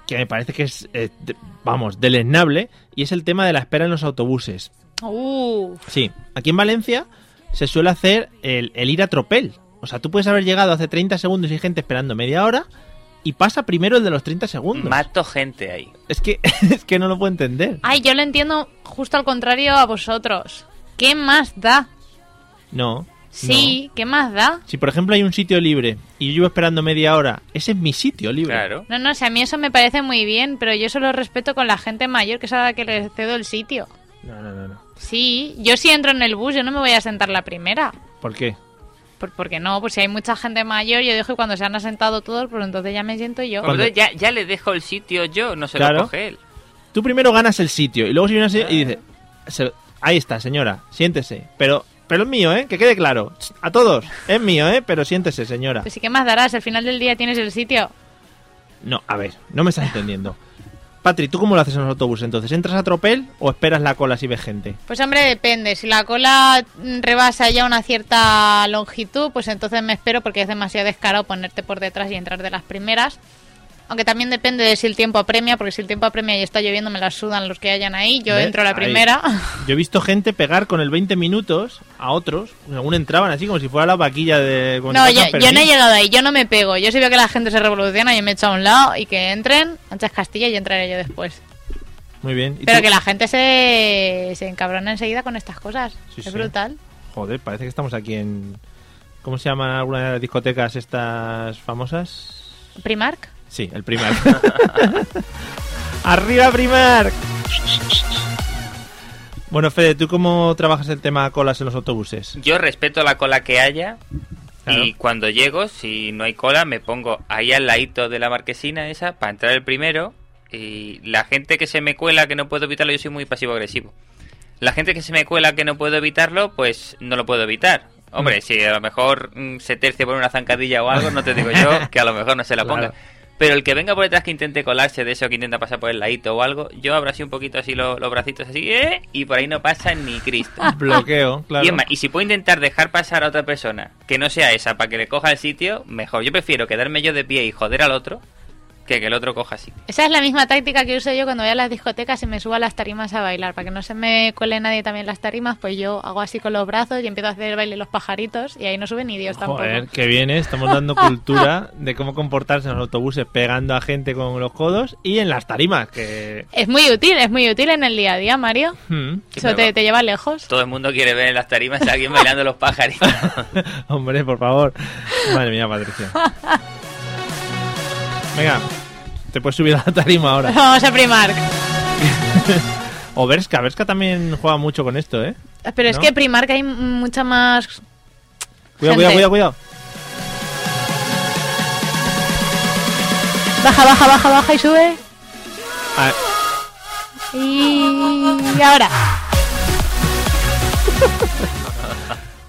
Speaker 2: que me parece que es, eh, de- vamos, deleznable, y es el tema de la espera en los autobuses.
Speaker 3: Uh,
Speaker 2: Sí, aquí en Valencia se suele hacer el, el ir a tropel. O sea, tú puedes haber llegado hace 30 segundos y hay gente esperando media hora y pasa primero el de los 30 segundos.
Speaker 4: Mato gente ahí.
Speaker 2: Es que, es que no lo puedo entender.
Speaker 3: ay, yo lo entiendo justo al contrario a vosotros. ¿Qué más da?
Speaker 2: No.
Speaker 3: Sí, ¿qué más da?
Speaker 2: no. Si por ejemplo hay un sitio libre y yo llevo esperando media hora, ese es mi sitio libre.
Speaker 4: Claro.
Speaker 3: No, no, o sea, a mí eso me parece muy bien, pero yo solo respeto con la gente mayor, que es a la que le cedo el sitio.
Speaker 2: No, no, no, no.
Speaker 3: Sí, yo si entro en el bus, yo no me voy a sentar la primera.
Speaker 2: ¿Por qué?
Speaker 3: Por- porque no, pues si hay mucha gente mayor, yo digo que cuando se han asentado todos, pues entonces ya me siento yo.
Speaker 4: Como entonces ya, ya le dejo el sitio yo, no se
Speaker 2: Claro.
Speaker 4: lo coge él.
Speaker 2: Tú primero ganas el sitio y luego si viene una se- y dice, "Se- ahí está, señora, siéntese. Pero, pero es mío, ¿eh? Que quede claro. Ch, A todos, es mío, ¿eh? Pero siéntese, señora.
Speaker 3: Pues sí, ¿qué más darás? Al final del día tienes el sitio.
Speaker 2: No, a ver, no me estás entendiendo. Patri, ¿tú cómo lo haces en los autobuses entonces? ¿Entras a tropel o esperas la cola si ves gente?
Speaker 3: Pues hombre, depende. Si la cola mm, rebasa ya una cierta longitud, pues entonces me espero porque es demasiado descarado ponerte por detrás y entrar de las primeras. Aunque también depende de si el tiempo apremia, porque si el tiempo apremia y está lloviendo, me la sudan los que hayan ahí. Yo
Speaker 2: ¿Ves?
Speaker 3: entro a la
Speaker 2: Ahí.
Speaker 3: primera.
Speaker 2: Yo he visto gente pegar con el 20 minutos a otros, según entraban así como si fuera la vaquilla de... cuando
Speaker 3: No, yo,
Speaker 2: pasan
Speaker 3: yo no he
Speaker 2: Fermín.
Speaker 3: llegado ahí, yo no me pego. Yo si veo que la gente se revoluciona, yo me echo a un lado y que entren, anchas Castilla y entraré yo después.
Speaker 2: Muy bien. ¿Y
Speaker 3: Pero
Speaker 2: tú?
Speaker 3: que la gente se, se encabrona enseguida con estas cosas.
Speaker 2: Sí,
Speaker 3: es
Speaker 2: sí.
Speaker 3: brutal.
Speaker 2: Joder, parece que estamos aquí en... ¿Cómo se llaman algunas de las discotecas estas famosas?
Speaker 3: Primark.
Speaker 2: Sí, el Primark. ¡Arriba Primark! Bueno, Fede, ¿tú cómo trabajas el tema colas en los autobuses?
Speaker 4: Yo respeto la cola que haya
Speaker 2: Claro.
Speaker 4: y cuando llego, si no hay cola, me pongo ahí al ladito de la marquesina esa para entrar el primero y la gente que se me cuela que no puedo evitarlo, yo soy muy pasivo-agresivo. La gente que se me cuela que no puedo evitarlo, pues no lo puedo evitar. Hombre,
Speaker 2: Mm.
Speaker 4: si a lo mejor mm, se tercia por una zancadilla o algo, no te digo yo que a lo mejor no se la ponga.
Speaker 2: Claro.
Speaker 4: Pero el que venga por detrás que intente colarse de eso, que intenta pasar por el ladito o algo, yo abro así un poquito así lo- los bracitos así, ¡eh! y por ahí no pasa ni Cristo.
Speaker 2: Bloqueo, claro.
Speaker 4: Y, es más, y si puedo intentar dejar pasar a otra persona que no sea esa para que le coja el sitio, mejor. Yo prefiero quedarme yo de pie y joder al otro que que el otro coja así.
Speaker 3: Esa es la misma táctica que uso yo cuando voy a las discotecas y me subo a las tarimas a bailar. Para que no se me cole nadie también en las tarimas, pues yo hago así con los brazos y empiezo a hacer el baile de los pajaritos y ahí no sube ni Dios tampoco.
Speaker 2: Joder, qué bien, ¿eh? estamos dando cultura de cómo comportarse en los autobuses pegando a gente con los codos y en las tarimas, que...
Speaker 3: Es muy útil, es muy útil en el día a día, Mario.
Speaker 2: Hmm,
Speaker 3: Eso te, te lleva lejos.
Speaker 4: Todo el mundo quiere ver en las tarimas a alguien bailando los pajaritos.
Speaker 2: Hombre, por favor. Madre mía, Patricia. Venga, te puedes subir a la tarima ahora.
Speaker 3: Vamos a Primark.
Speaker 2: O Berska, Berska también juega mucho con esto, ¿eh?
Speaker 3: Pero es
Speaker 2: ¿No?
Speaker 3: que Primark hay mucha más...
Speaker 2: Cuidado, cuidado,
Speaker 3: Gente.
Speaker 2: cuidado, cuidado.
Speaker 3: Baja, baja, baja, baja y sube.
Speaker 2: A ver,
Speaker 3: Y ahora.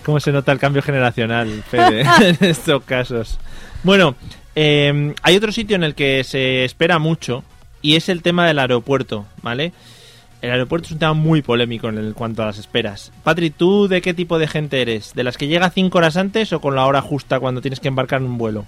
Speaker 2: ¿Cómo se nota el cambio generacional, Fede, en estos casos? Bueno, eh, hay otro sitio en el que se espera mucho y es el tema del aeropuerto, ¿vale? El aeropuerto es un tema muy polémico en el- cuanto a las esperas. Patri, ¿tú de qué tipo de gente eres? ¿De las que llega cinco horas antes o con la hora justa cuando tienes que embarcar en un vuelo?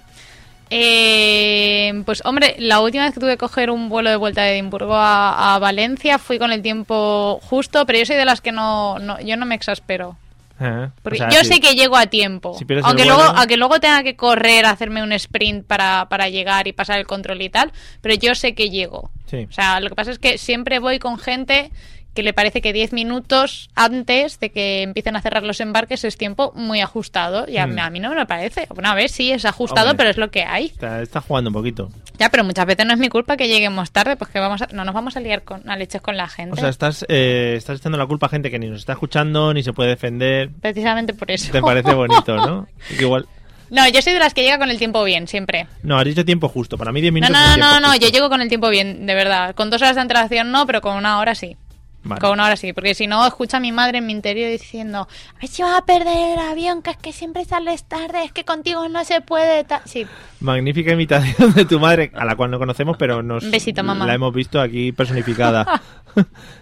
Speaker 3: Eh, pues hombre, la última vez que tuve que coger un vuelo de vuelta de Edimburgo a, a Valencia fui con el tiempo justo, pero yo soy de las que no, no yo no me exaspero.
Speaker 2: Ah, o
Speaker 3: Porque
Speaker 2: sea,
Speaker 3: yo
Speaker 2: sí.
Speaker 3: sé que llego a tiempo.
Speaker 2: si pierdes el
Speaker 3: aunque,
Speaker 2: vuelo-
Speaker 3: luego, aunque luego tenga que correr, hacerme un sprint para, para llegar y pasar el control y tal, pero yo sé que llego.
Speaker 2: Sí.
Speaker 3: O sea, lo que pasa es que siempre voy con gente que le parece que 10 minutos antes de que empiecen a cerrar los embarques es tiempo muy ajustado. Y a,
Speaker 2: Mm.
Speaker 3: a mí no me parece. Bueno, a ver, sí, es ajustado,
Speaker 2: Hombre.
Speaker 3: pero es lo que hay.
Speaker 2: Está, está jugando un poquito.
Speaker 3: Ya, pero muchas veces no es mi culpa que lleguemos tarde, pues que vamos a- no nos vamos a liar con, a leches con la gente.
Speaker 2: O sea, estás, eh, estás echando la culpa a gente que ni nos está escuchando, ni se puede defender.
Speaker 3: Precisamente por eso.
Speaker 2: Te parece bonito, ¿no? Y que igual...
Speaker 3: No, yo soy de las que llega con el tiempo bien, siempre.
Speaker 2: No, has dicho tiempo justo. Para mí 10
Speaker 3: No,
Speaker 2: minutos es
Speaker 3: no,
Speaker 2: un tiempo
Speaker 3: no, no, yo
Speaker 2: justo.
Speaker 3: llego con el tiempo bien, de verdad. Con dos horas de antelación no, pero con una hora sí.
Speaker 2: Vale.
Speaker 3: Con una hora sí, porque si no, escucha a mi madre en mi interior diciendo, a ver si vas a perder el avión, que es que siempre sales tarde, es que contigo no se puede... ta-". Sí,
Speaker 2: Magnífica imitación de tu madre, a la cual no conocemos, pero nos
Speaker 3: Un besito, mamá.
Speaker 2: la hemos visto aquí personificada.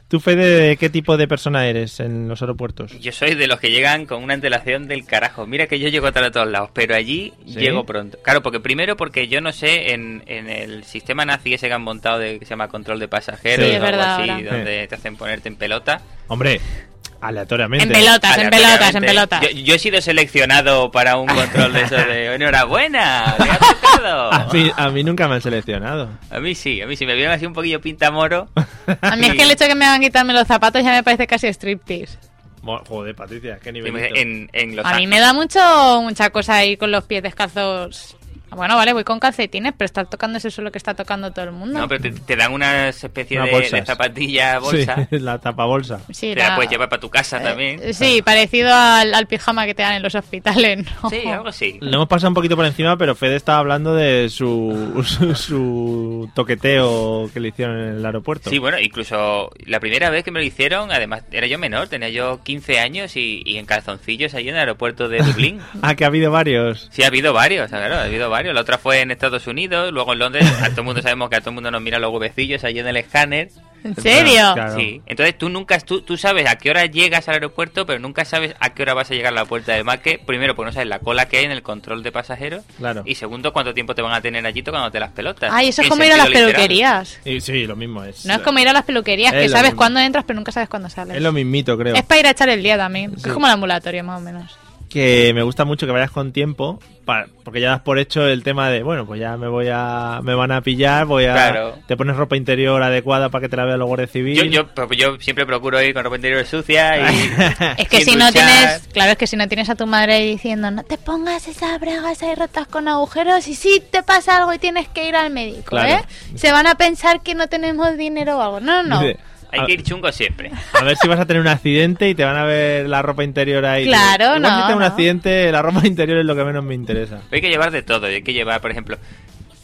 Speaker 2: ¿Tú, Fede, de qué tipo de persona eres en los aeropuertos?
Speaker 4: Yo soy de los que llegan con una antelación del carajo. Mira que yo llego tarde a todos lados, pero allí
Speaker 2: ¿Sí?
Speaker 4: llego pronto. Claro, porque primero porque yo no sé en, en el sistema nazi ese que han montado de, que se llama control de pasajeros
Speaker 2: Sí, es
Speaker 4: o algo
Speaker 3: verdad,
Speaker 4: así,
Speaker 3: ahora.
Speaker 4: donde te hacen ponerte en pelota.
Speaker 2: Hombre, aleatoriamente.
Speaker 3: en pelotas, en pelotas, en pelotas.
Speaker 4: Yo, yo he sido seleccionado para un control de eso de enhorabuena, le ha tocado.
Speaker 2: A mí, a mí nunca me han seleccionado.
Speaker 4: A mí sí, a mí sí, me vieron así un poquillo pintamoro.
Speaker 3: A mí es que el hecho de que me hagan quitarme los zapatos ya me parece casi striptease.
Speaker 2: Mo- Joder, Patricia, qué
Speaker 4: Y
Speaker 2: nivel.
Speaker 4: me- En, en Los
Speaker 3: A mí
Speaker 4: Ángeles.
Speaker 3: me da mucho mucha cosa ir con los pies descalzos Bueno, vale, voy con calcetines, pero está tocando ese suelo que está tocando todo el mundo.
Speaker 4: No, pero te, te dan unas especies
Speaker 2: Unas
Speaker 4: de,
Speaker 2: bolsas.
Speaker 4: de zapatillas, bolsa.
Speaker 2: Sí, la tapabolsa.
Speaker 3: Sí,
Speaker 4: Te la
Speaker 3: la-
Speaker 4: puedes llevar para tu
Speaker 3: eh,
Speaker 4: casa también.
Speaker 3: Sí, parecido al, al pijama que te dan en los hospitales, ¿no?
Speaker 4: Sí, algo así.
Speaker 2: Lo hemos pasado un poquito por encima, pero Fede estaba hablando de su, su, su toqueteo que le hicieron en el aeropuerto.
Speaker 4: Sí, bueno, incluso la primera vez que me lo hicieron, además era yo menor, tenía yo 15 años y, y en calzoncillos ahí en el aeropuerto de Dublín.
Speaker 2: Ah, que ha habido varios.
Speaker 4: Sí, ha habido varios, claro, ha habido varios. La otra fue en Estados Unidos, luego en Londres. A todo el mundo sabemos que a todo el mundo nos mira los huevecillos allí en el escáner.
Speaker 3: ¿En serio?
Speaker 2: Claro.
Speaker 4: Sí. Entonces tú nunca, tú, tú sabes a qué hora llegas al aeropuerto, pero nunca sabes a qué hora vas a llegar a la puerta del maque. Primero, porque no sabes la cola que hay en el control de pasajeros.
Speaker 2: Claro.
Speaker 4: Y segundo, cuánto tiempo te van a tener allí tocándote las pelotas.
Speaker 3: Ay, eso es
Speaker 4: En
Speaker 3: como ir a las
Speaker 4: sentido literal.
Speaker 3: peluquerías.
Speaker 2: Y sí, lo mismo es.
Speaker 3: No es como ir a las peluquerías,
Speaker 2: Es
Speaker 3: que
Speaker 2: lo
Speaker 3: sabes
Speaker 2: mismo.
Speaker 3: cuándo entras, pero nunca sabes cuándo sales.
Speaker 2: Es lo mismito, creo.
Speaker 3: Es para ir a echar el día también. que
Speaker 2: Sí.
Speaker 3: Es como el ambulatorio, más o menos.
Speaker 2: que me gusta mucho que vayas con tiempo, pa- porque ya das por hecho el tema de, bueno, pues ya me voy a, me van a pillar, voy a,
Speaker 4: Claro.
Speaker 2: te pones ropa interior adecuada para que te la vea los guardias
Speaker 4: Yo,
Speaker 2: civiles.
Speaker 4: yo, pues yo siempre procuro ir con ropa interior sucia y...
Speaker 3: Es que
Speaker 4: sin
Speaker 3: si no
Speaker 4: duchar.
Speaker 3: tienes, claro, es que si no tienes a tu madre ahí diciendo, no te pongas esas bragas ahí rotas con agujeros y si te pasa algo y tienes que ir al médico,
Speaker 2: Claro.
Speaker 3: ¿eh? Se van a pensar que no tenemos dinero o algo. No, no, no.
Speaker 2: Dice,
Speaker 4: Hay que ir chungo siempre.
Speaker 2: a, a ver si vas a tener un accidente y te van a ver la ropa interior ahí.
Speaker 3: Claro,
Speaker 2: Igual
Speaker 3: no,
Speaker 2: si tengo un
Speaker 3: no.
Speaker 2: accidente, la ropa interior es lo que menos me interesa.
Speaker 4: Hay que llevar de todo. Hay que llevar, por ejemplo,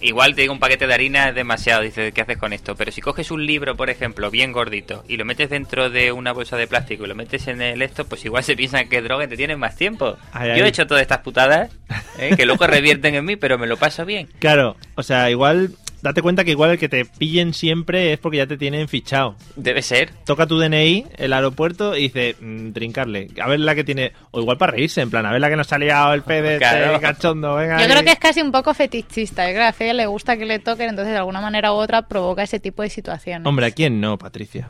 Speaker 4: igual te digo un paquete de harina es demasiado. Dices, ¿qué haces con esto? Pero si coges un libro, por ejemplo, bien gordito, y lo metes dentro de una bolsa de plástico y lo metes en el esto, pues igual se piensan que es droga y te tienen más tiempo.
Speaker 2: Ay,
Speaker 4: Yo
Speaker 2: ay.
Speaker 4: he hecho todas estas putadas ¿eh? que luego revierten en mí, pero me lo paso bien.
Speaker 2: Claro, o sea, igual, date cuenta que igual el que te pillen siempre es porque ya te tienen fichado.
Speaker 4: Debe ser.
Speaker 2: Toca tu DNI, el aeropuerto, y dice, mm, trincarle. A ver la que tiene. O igual para reírse, en plan, a ver la que nos ha liado el PD,
Speaker 4: Claro.
Speaker 2: cachondo, venga.
Speaker 3: Yo
Speaker 2: ahí.
Speaker 3: creo que es casi un poco fetichista. Yo creo que a Fede le gusta que le toquen, entonces de alguna manera u otra provoca ese tipo de situaciones.
Speaker 2: Hombre, ¿a quién no, Patricia?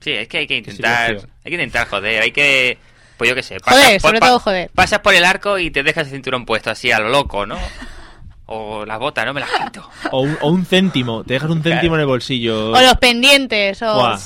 Speaker 4: Sí, es que hay que
Speaker 2: Qué
Speaker 4: intentar.
Speaker 2: silencio.
Speaker 4: Hay que intentar joder, hay que. Pues yo qué sé.
Speaker 3: Joder,
Speaker 4: por-
Speaker 3: sobre todo joder.
Speaker 4: Pasas por el arco y te dejas el cinturón puesto así a lo loco, ¿no? O las botas, no me las quito.
Speaker 2: O un, o un céntimo, te dejan un céntimo en el bolsillo.
Speaker 3: O los pendientes, o...
Speaker 2: Buah,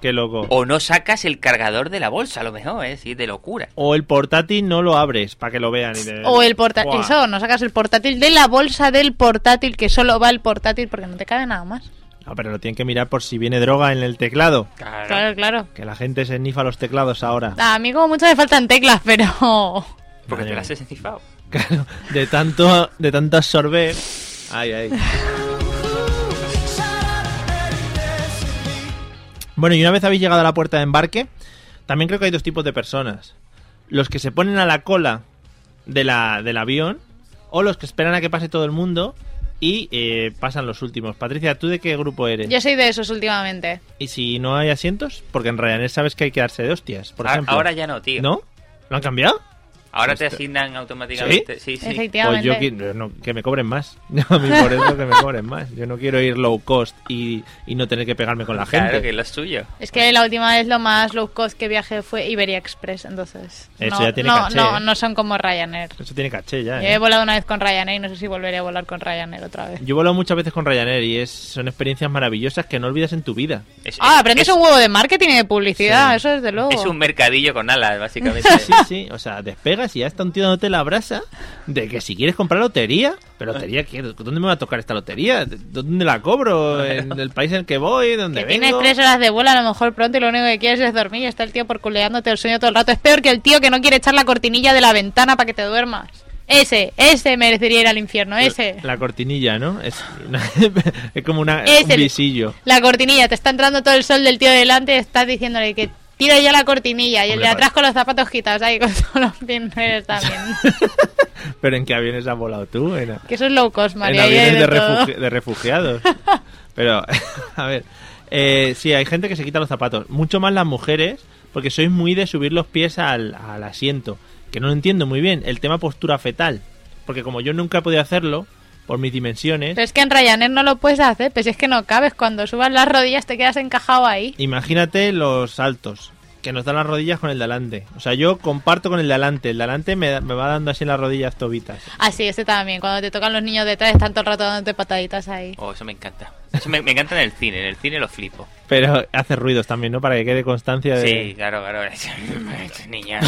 Speaker 2: ¡Qué loco!
Speaker 4: O no sacas el cargador de la bolsa, a lo mejor, ¿eh? Sí, de locura.
Speaker 2: O el portátil no lo abres para que lo vean. y te-
Speaker 3: O el portátil,
Speaker 2: Buah.
Speaker 3: eso, no sacas el portátil de la bolsa del portátil, que solo va el portátil porque no te cabe nada más.
Speaker 2: No, pero lo tienen que mirar por si viene droga en el teclado.
Speaker 3: Claro, claro.
Speaker 2: Que la gente se nifa los teclados ahora.
Speaker 3: A mí como mucho me faltan teclas, pero...
Speaker 4: Porque
Speaker 2: Madre
Speaker 4: te las
Speaker 2: mía.
Speaker 4: has encifado.
Speaker 2: Claro, de tanto, de tanto absorber. Ay, ay. Bueno, y una vez habéis llegado a la puerta de embarque, también creo que hay dos tipos de personas. Los que se ponen a la cola de la, del avión o los que esperan a que pase todo el mundo y eh, pasan los últimos. Patricia, ¿tú de qué grupo eres?
Speaker 3: Yo soy de esos últimamente.
Speaker 2: ¿Y si no hay asientos? Porque en Ryanair sabes que hay que darse de hostias, por
Speaker 4: A-
Speaker 2: ejemplo.
Speaker 4: Ah, Ahora ya no, tío.
Speaker 2: ¿No? ¿Lo han cambiado?
Speaker 4: Ahora te
Speaker 2: Hostia.
Speaker 4: asignan automáticamente. Sí, sí.
Speaker 2: Pues
Speaker 3: Efectivamente.
Speaker 2: yo qui- yo no- que me cobren más. A mí por eso que me cobren más. Yo no quiero ir low cost y, y no tener que pegarme con la
Speaker 4: Claro
Speaker 2: gente.
Speaker 4: que es lo suyo.
Speaker 3: Es que la última vez lo más low cost que viajé fue Iberia Express, entonces...
Speaker 2: Eso
Speaker 3: no,
Speaker 2: ya tiene
Speaker 3: no,
Speaker 2: caché,
Speaker 3: no,
Speaker 2: ¿eh?
Speaker 3: no son como Ryanair.
Speaker 2: Eso tiene caché ya.
Speaker 3: Yo
Speaker 2: ¿eh?
Speaker 3: he volado una vez con Ryanair y no sé si volveré a volar con Ryanair otra vez.
Speaker 2: Yo he volado muchas veces con Ryanair y es, son experiencias maravillosas que no olvidas en tu vida.
Speaker 4: Es-
Speaker 3: Ah,
Speaker 4: es-
Speaker 3: aprendes
Speaker 4: es,
Speaker 3: un huevo de marketing y de publicidad,
Speaker 2: Sí.
Speaker 3: eso desde luego.
Speaker 4: es un mercadillo con alas, básicamente.
Speaker 2: Sí, sí, o sea, despegas y ya está un tío dándote la brasa de que si quieres comprar lotería, pero lotería, ¿qué? ¿dónde me va a tocar esta lotería? ¿Dónde la cobro? ¿En el país en el que voy? ¿Dónde
Speaker 3: Que
Speaker 2: vengo?
Speaker 3: tienes tres horas de vuelo a lo mejor pronto y lo único que quieres es dormir y está el tío por culeándote el sueño todo el rato. Es peor que el tío que no quiere echar la cortinilla de la ventana para que te duermas. Ese, ese merecería ir al infierno, ese.
Speaker 2: La cortinilla, ¿no? Es, una- es como una,
Speaker 3: Es
Speaker 2: un
Speaker 3: el-
Speaker 2: visillo.
Speaker 3: La cortinilla, te está entrando todo el sol del tío delante y estás diciéndole que tira ya la cortinilla y el
Speaker 2: Hombre,
Speaker 3: de
Speaker 2: pa-
Speaker 3: atrás con los zapatos quitados ahí con todos los pies también.
Speaker 2: ¿Pero en qué aviones has volado tú? En-
Speaker 3: que eso es low cost,
Speaker 2: en
Speaker 3: María. ahí hay
Speaker 2: aviones de,
Speaker 3: de todo.
Speaker 2: refugi- de refugiados. Pero, a ver, eh, sí, hay gente que se quita los zapatos. Mucho más las mujeres, porque sois muy de subir los pies al, al asiento. Que no lo entiendo muy bien, el tema postura fetal. Porque como yo nunca he podido hacerlo, por mis dimensiones,
Speaker 3: Pero es que en Ryanair no lo puedes hacer, pues es que no cabes. Cuando subas las rodillas te quedas encajado ahí.
Speaker 2: imagínate los saltos que nos dan las rodillas con el de delante. O sea, yo comparto con el de delante. El de delante me, da- me va dando así en las rodillas tobitas.
Speaker 3: Ah, sí, ese también. Cuando te tocan los niños detrás, están todo el rato dándote pataditas ahí.
Speaker 4: Oh, eso me encanta. Eso me, me encanta en el cine. En el cine lo flipo.
Speaker 2: Pero hace ruidos también, ¿no? Para que quede constancia de...
Speaker 4: Sí, claro, claro. Niña.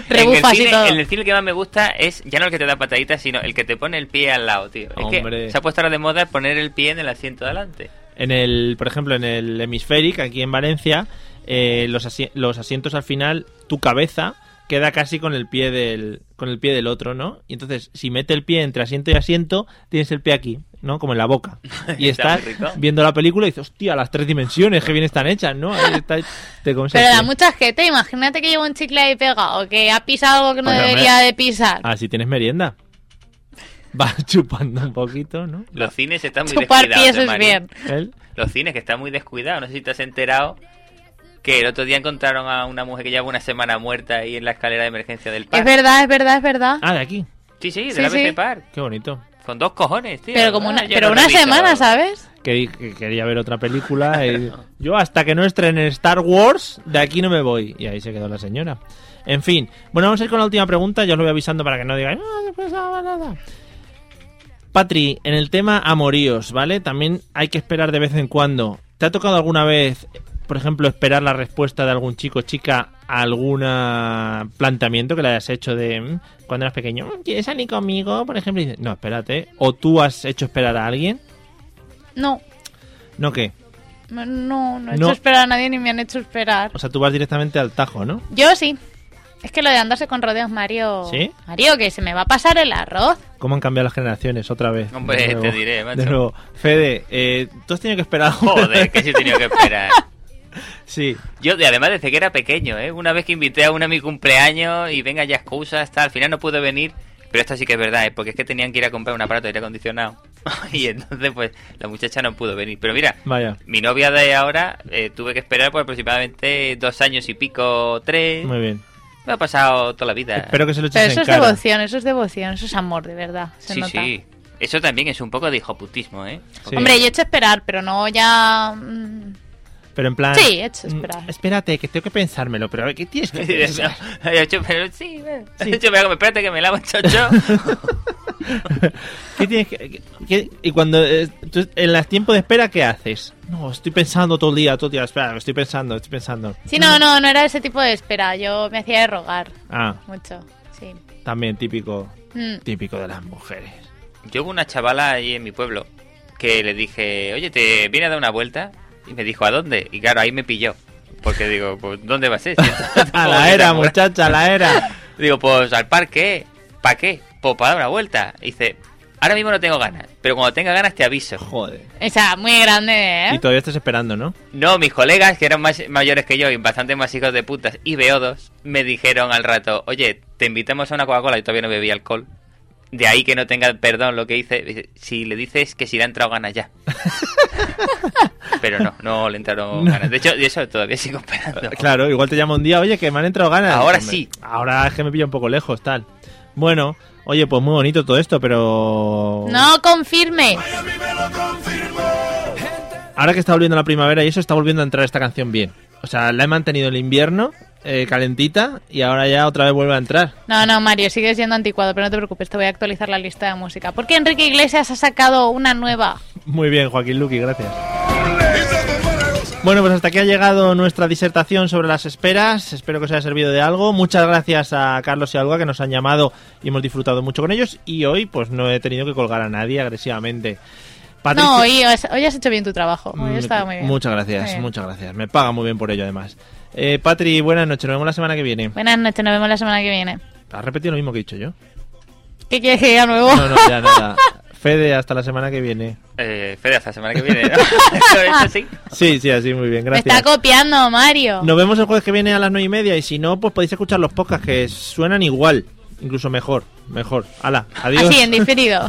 Speaker 4: En el,
Speaker 3: Rebufas y
Speaker 4: cine,
Speaker 3: todo.
Speaker 4: en el cine el que más me gusta es ya no el que te da pataditas, sino el que te pone el pie al lado, tío. Es
Speaker 2: Hombre.
Speaker 4: que se ha puesto ahora de moda poner el pie en el asiento de adelante.
Speaker 2: En el, por ejemplo, en el Hemispheric, aquí en Valencia, eh, los, asi- los asientos al final, tu cabeza queda casi con el pie del con el pie del otro, ¿no? Y entonces, si mete el pie entre asiento y asiento, tienes el pie aquí, ¿no? Como en la boca. Y
Speaker 4: Está
Speaker 2: estás
Speaker 4: muy rico.
Speaker 2: viendo la película y dices, hostia, las tres dimensiones, que bien están hechas, ¿no? Ahí está, te comes el
Speaker 3: Pero da
Speaker 2: pie.
Speaker 3: mucha gente, imagínate que lleva un chicle ahí pegado, o que ha pisado algo que no
Speaker 2: Pues, hombre.
Speaker 3: debería de pisar.
Speaker 2: Ah, si tienes merienda. Vas chupando un poquito, ¿no?
Speaker 4: Los cines están muy
Speaker 3: Chupar
Speaker 4: descuidados.
Speaker 3: pies
Speaker 4: de
Speaker 3: es
Speaker 4: Mari.
Speaker 3: bien.
Speaker 2: Él-
Speaker 4: Los cines que están muy descuidados. No sé si te has enterado que el otro día encontraron a una mujer que lleva una semana muerta ahí en la escalera de emergencia del
Speaker 3: Es
Speaker 4: parque.
Speaker 3: verdad, es verdad, es verdad.
Speaker 2: Ah, de aquí.
Speaker 4: Sí, sí, de
Speaker 3: Sí,
Speaker 4: la
Speaker 3: sí.
Speaker 4: BC Park.
Speaker 2: Qué bonito.
Speaker 4: Con dos cojones, tío.
Speaker 3: Pero como una,
Speaker 4: Ah, yo
Speaker 3: pero
Speaker 4: no lo he
Speaker 3: una
Speaker 4: visto.
Speaker 3: semana, ¿sabes?
Speaker 2: que, di- que quería ver otra película. y- yo hasta que no estrenen Star Wars, de aquí no me voy. Y ahí se quedó la señora. En fin, bueno, vamos a ir con la última pregunta. Ya os lo voy avisando para que no digáis, "Ah, no pensaba nada. Patri, en el tema amoríos, ¿vale? También hay que esperar de vez en cuando. ¿Te ha tocado alguna vez, por ejemplo, esperar la respuesta de algún chico o chica a algún planteamiento que le hayas hecho de mm, cuando eras pequeño? "Mm, ¿Quieres salir conmigo? Por ejemplo, y dices, no, espérate. ¿O tú has hecho esperar a alguien?
Speaker 3: No,
Speaker 2: ¿No qué?
Speaker 3: no, no he
Speaker 2: No.
Speaker 3: hecho esperar a nadie ni me han hecho esperar.
Speaker 2: O sea, tú vas directamente al tajo, ¿no?
Speaker 3: Yo sí. Es que lo de andarse con rodeos, Mario.
Speaker 2: ¿Sí?
Speaker 3: Mario, que se me va a pasar el arroz.
Speaker 2: ¿Cómo han cambiado las generaciones otra vez?
Speaker 4: Hombre,
Speaker 2: De
Speaker 4: te
Speaker 2: nuevo.
Speaker 4: diré, macho.
Speaker 2: De nuevo. Fede, eh, tú has tenido que esperar.
Speaker 4: Joder, que sí he tenido que esperar.
Speaker 2: sí.
Speaker 4: Yo, de- además, desde que era pequeño, ¿eh? Una vez que invité a una a mi cumpleaños y venga ya excusas, tal, al final no pude venir. Pero esto sí que es verdad, ¿eh? Porque es que tenían que ir a comprar un aparato de aire acondicionado. y entonces, pues, la muchacha no pudo venir. Pero mira,
Speaker 2: Vaya.
Speaker 4: mi novia de ahora eh, tuve que esperar por aproximadamente dos años y pico, tres.
Speaker 2: Muy bien.
Speaker 4: Me ha pasado toda la vida.
Speaker 2: Espero que se lo eches
Speaker 3: Pero eso
Speaker 2: en
Speaker 3: es
Speaker 2: cara.
Speaker 3: devoción, eso es devoción, eso es amor, de verdad. Se
Speaker 4: sí,
Speaker 3: nota.
Speaker 4: sí. Eso también es un poco de hijoputismo, ¿eh?
Speaker 2: Sí.
Speaker 3: Hombre, yo he hecho esperar, pero no ya. mm,
Speaker 2: Pero en plan...
Speaker 3: Sí, he hecho
Speaker 2: mm,
Speaker 3: esperar.
Speaker 2: Espérate, que tengo que pensármelo. Pero a ver, ¿qué tienes que
Speaker 4: Sí,
Speaker 2: pensar?
Speaker 4: yo, pero sí, bueno. Yo me hago- espérate que me lavo el chocho.
Speaker 2: ¿Qué tienes que, qué- qué- y cuando... eh, tú- en las tiempos de espera, ¿qué haces? No, estoy pensando todo el día, todo el día. Espera, estoy pensando, estoy pensando.
Speaker 3: Sí, no, no, no era ese tipo de espera. Yo me hacía de rogar
Speaker 2: Ah,
Speaker 3: mucho. Sí.
Speaker 2: también típico...
Speaker 3: Mm.
Speaker 2: Típico de las mujeres.
Speaker 4: Yo hubo una chavala ahí en mi pueblo que le dije, oye, ¿te viene a dar una vuelta? Y me dijo, ¿a dónde? Y claro, ahí me pilló. Porque digo, pues, ¿dónde vas a ir?
Speaker 2: A la era, muchacha, a la era.
Speaker 4: Digo, pues al parque, ¿para qué? Pues para dar una vuelta. Y dice, ahora mismo no tengo ganas, pero cuando tenga ganas te aviso.
Speaker 2: Joder.
Speaker 3: O sea, muy grande, ¿eh?
Speaker 2: Y todavía estás esperando, ¿no?
Speaker 4: No, mis colegas, que eran más mayores que yo y bastante más hijos de putas y beodos, me dijeron al rato, oye, te invitamos a una Coca-Cola y todavía no bebí alcohol. De ahí que no tenga perdón lo que hice. Dice, Si le dices que si le han entrado ganas ya. Pero no, no le entraron ganas. De hecho, de eso todavía sigo esperando.
Speaker 2: Claro, igual te llamo un día, oye, que me han entrado ganas.
Speaker 4: Ahora
Speaker 2: Hombre,
Speaker 4: sí.
Speaker 2: Ahora es que me pilla un poco lejos, tal. Bueno, oye, pues muy bonito todo esto, pero...
Speaker 3: No confirme.
Speaker 2: Ahora que está volviendo la primavera y eso, está volviendo a entrar esta canción bien. O sea, la he mantenido el invierno, eh, calentita, y ahora ya otra vez vuelve a entrar.
Speaker 3: No, no, Mario, sigues siendo anticuado, pero no te preocupes, te voy a actualizar la lista de música. Porque Enrique Iglesias ha sacado una nueva.
Speaker 2: Muy bien, Joaquín Luqui, gracias. Bueno, pues hasta aquí ha llegado nuestra disertación sobre las esperas. Espero que os haya servido de algo. Muchas gracias a Carlos y a Olga que nos han llamado y hemos disfrutado mucho con ellos. Y hoy, pues no he tenido que colgar a nadie agresivamente. Patricia-
Speaker 3: No, hoy, has- hoy has hecho bien tu trabajo. Hoy
Speaker 2: Mm,
Speaker 3: estaba muy bien.
Speaker 2: Muchas
Speaker 3: Muy
Speaker 2: gracias,
Speaker 3: bien.
Speaker 2: muchas gracias. Me paga muy bien por ello, además. Eh, Patri, buenas noches. Nos vemos la semana que viene.
Speaker 3: Buenas noches, nos vemos la semana que viene.
Speaker 2: ¿Has repetido lo mismo que he dicho yo?
Speaker 3: ¿Qué quieres que diga nuevo?
Speaker 2: No, no, ya nada. Fede, hasta la semana que viene.
Speaker 4: Eh, Fede, hasta la semana que viene. ¿no? Eso es así.
Speaker 2: Sí, sí, así, muy bien.
Speaker 3: Me
Speaker 2: Gracias.
Speaker 3: está copiando, Mario.
Speaker 2: Nos vemos el jueves que viene a las nueve y media y si no, pues podéis escuchar los podcasts que suenan igual, incluso mejor, mejor. Hala, adiós.
Speaker 3: Así, Ah, en diferido.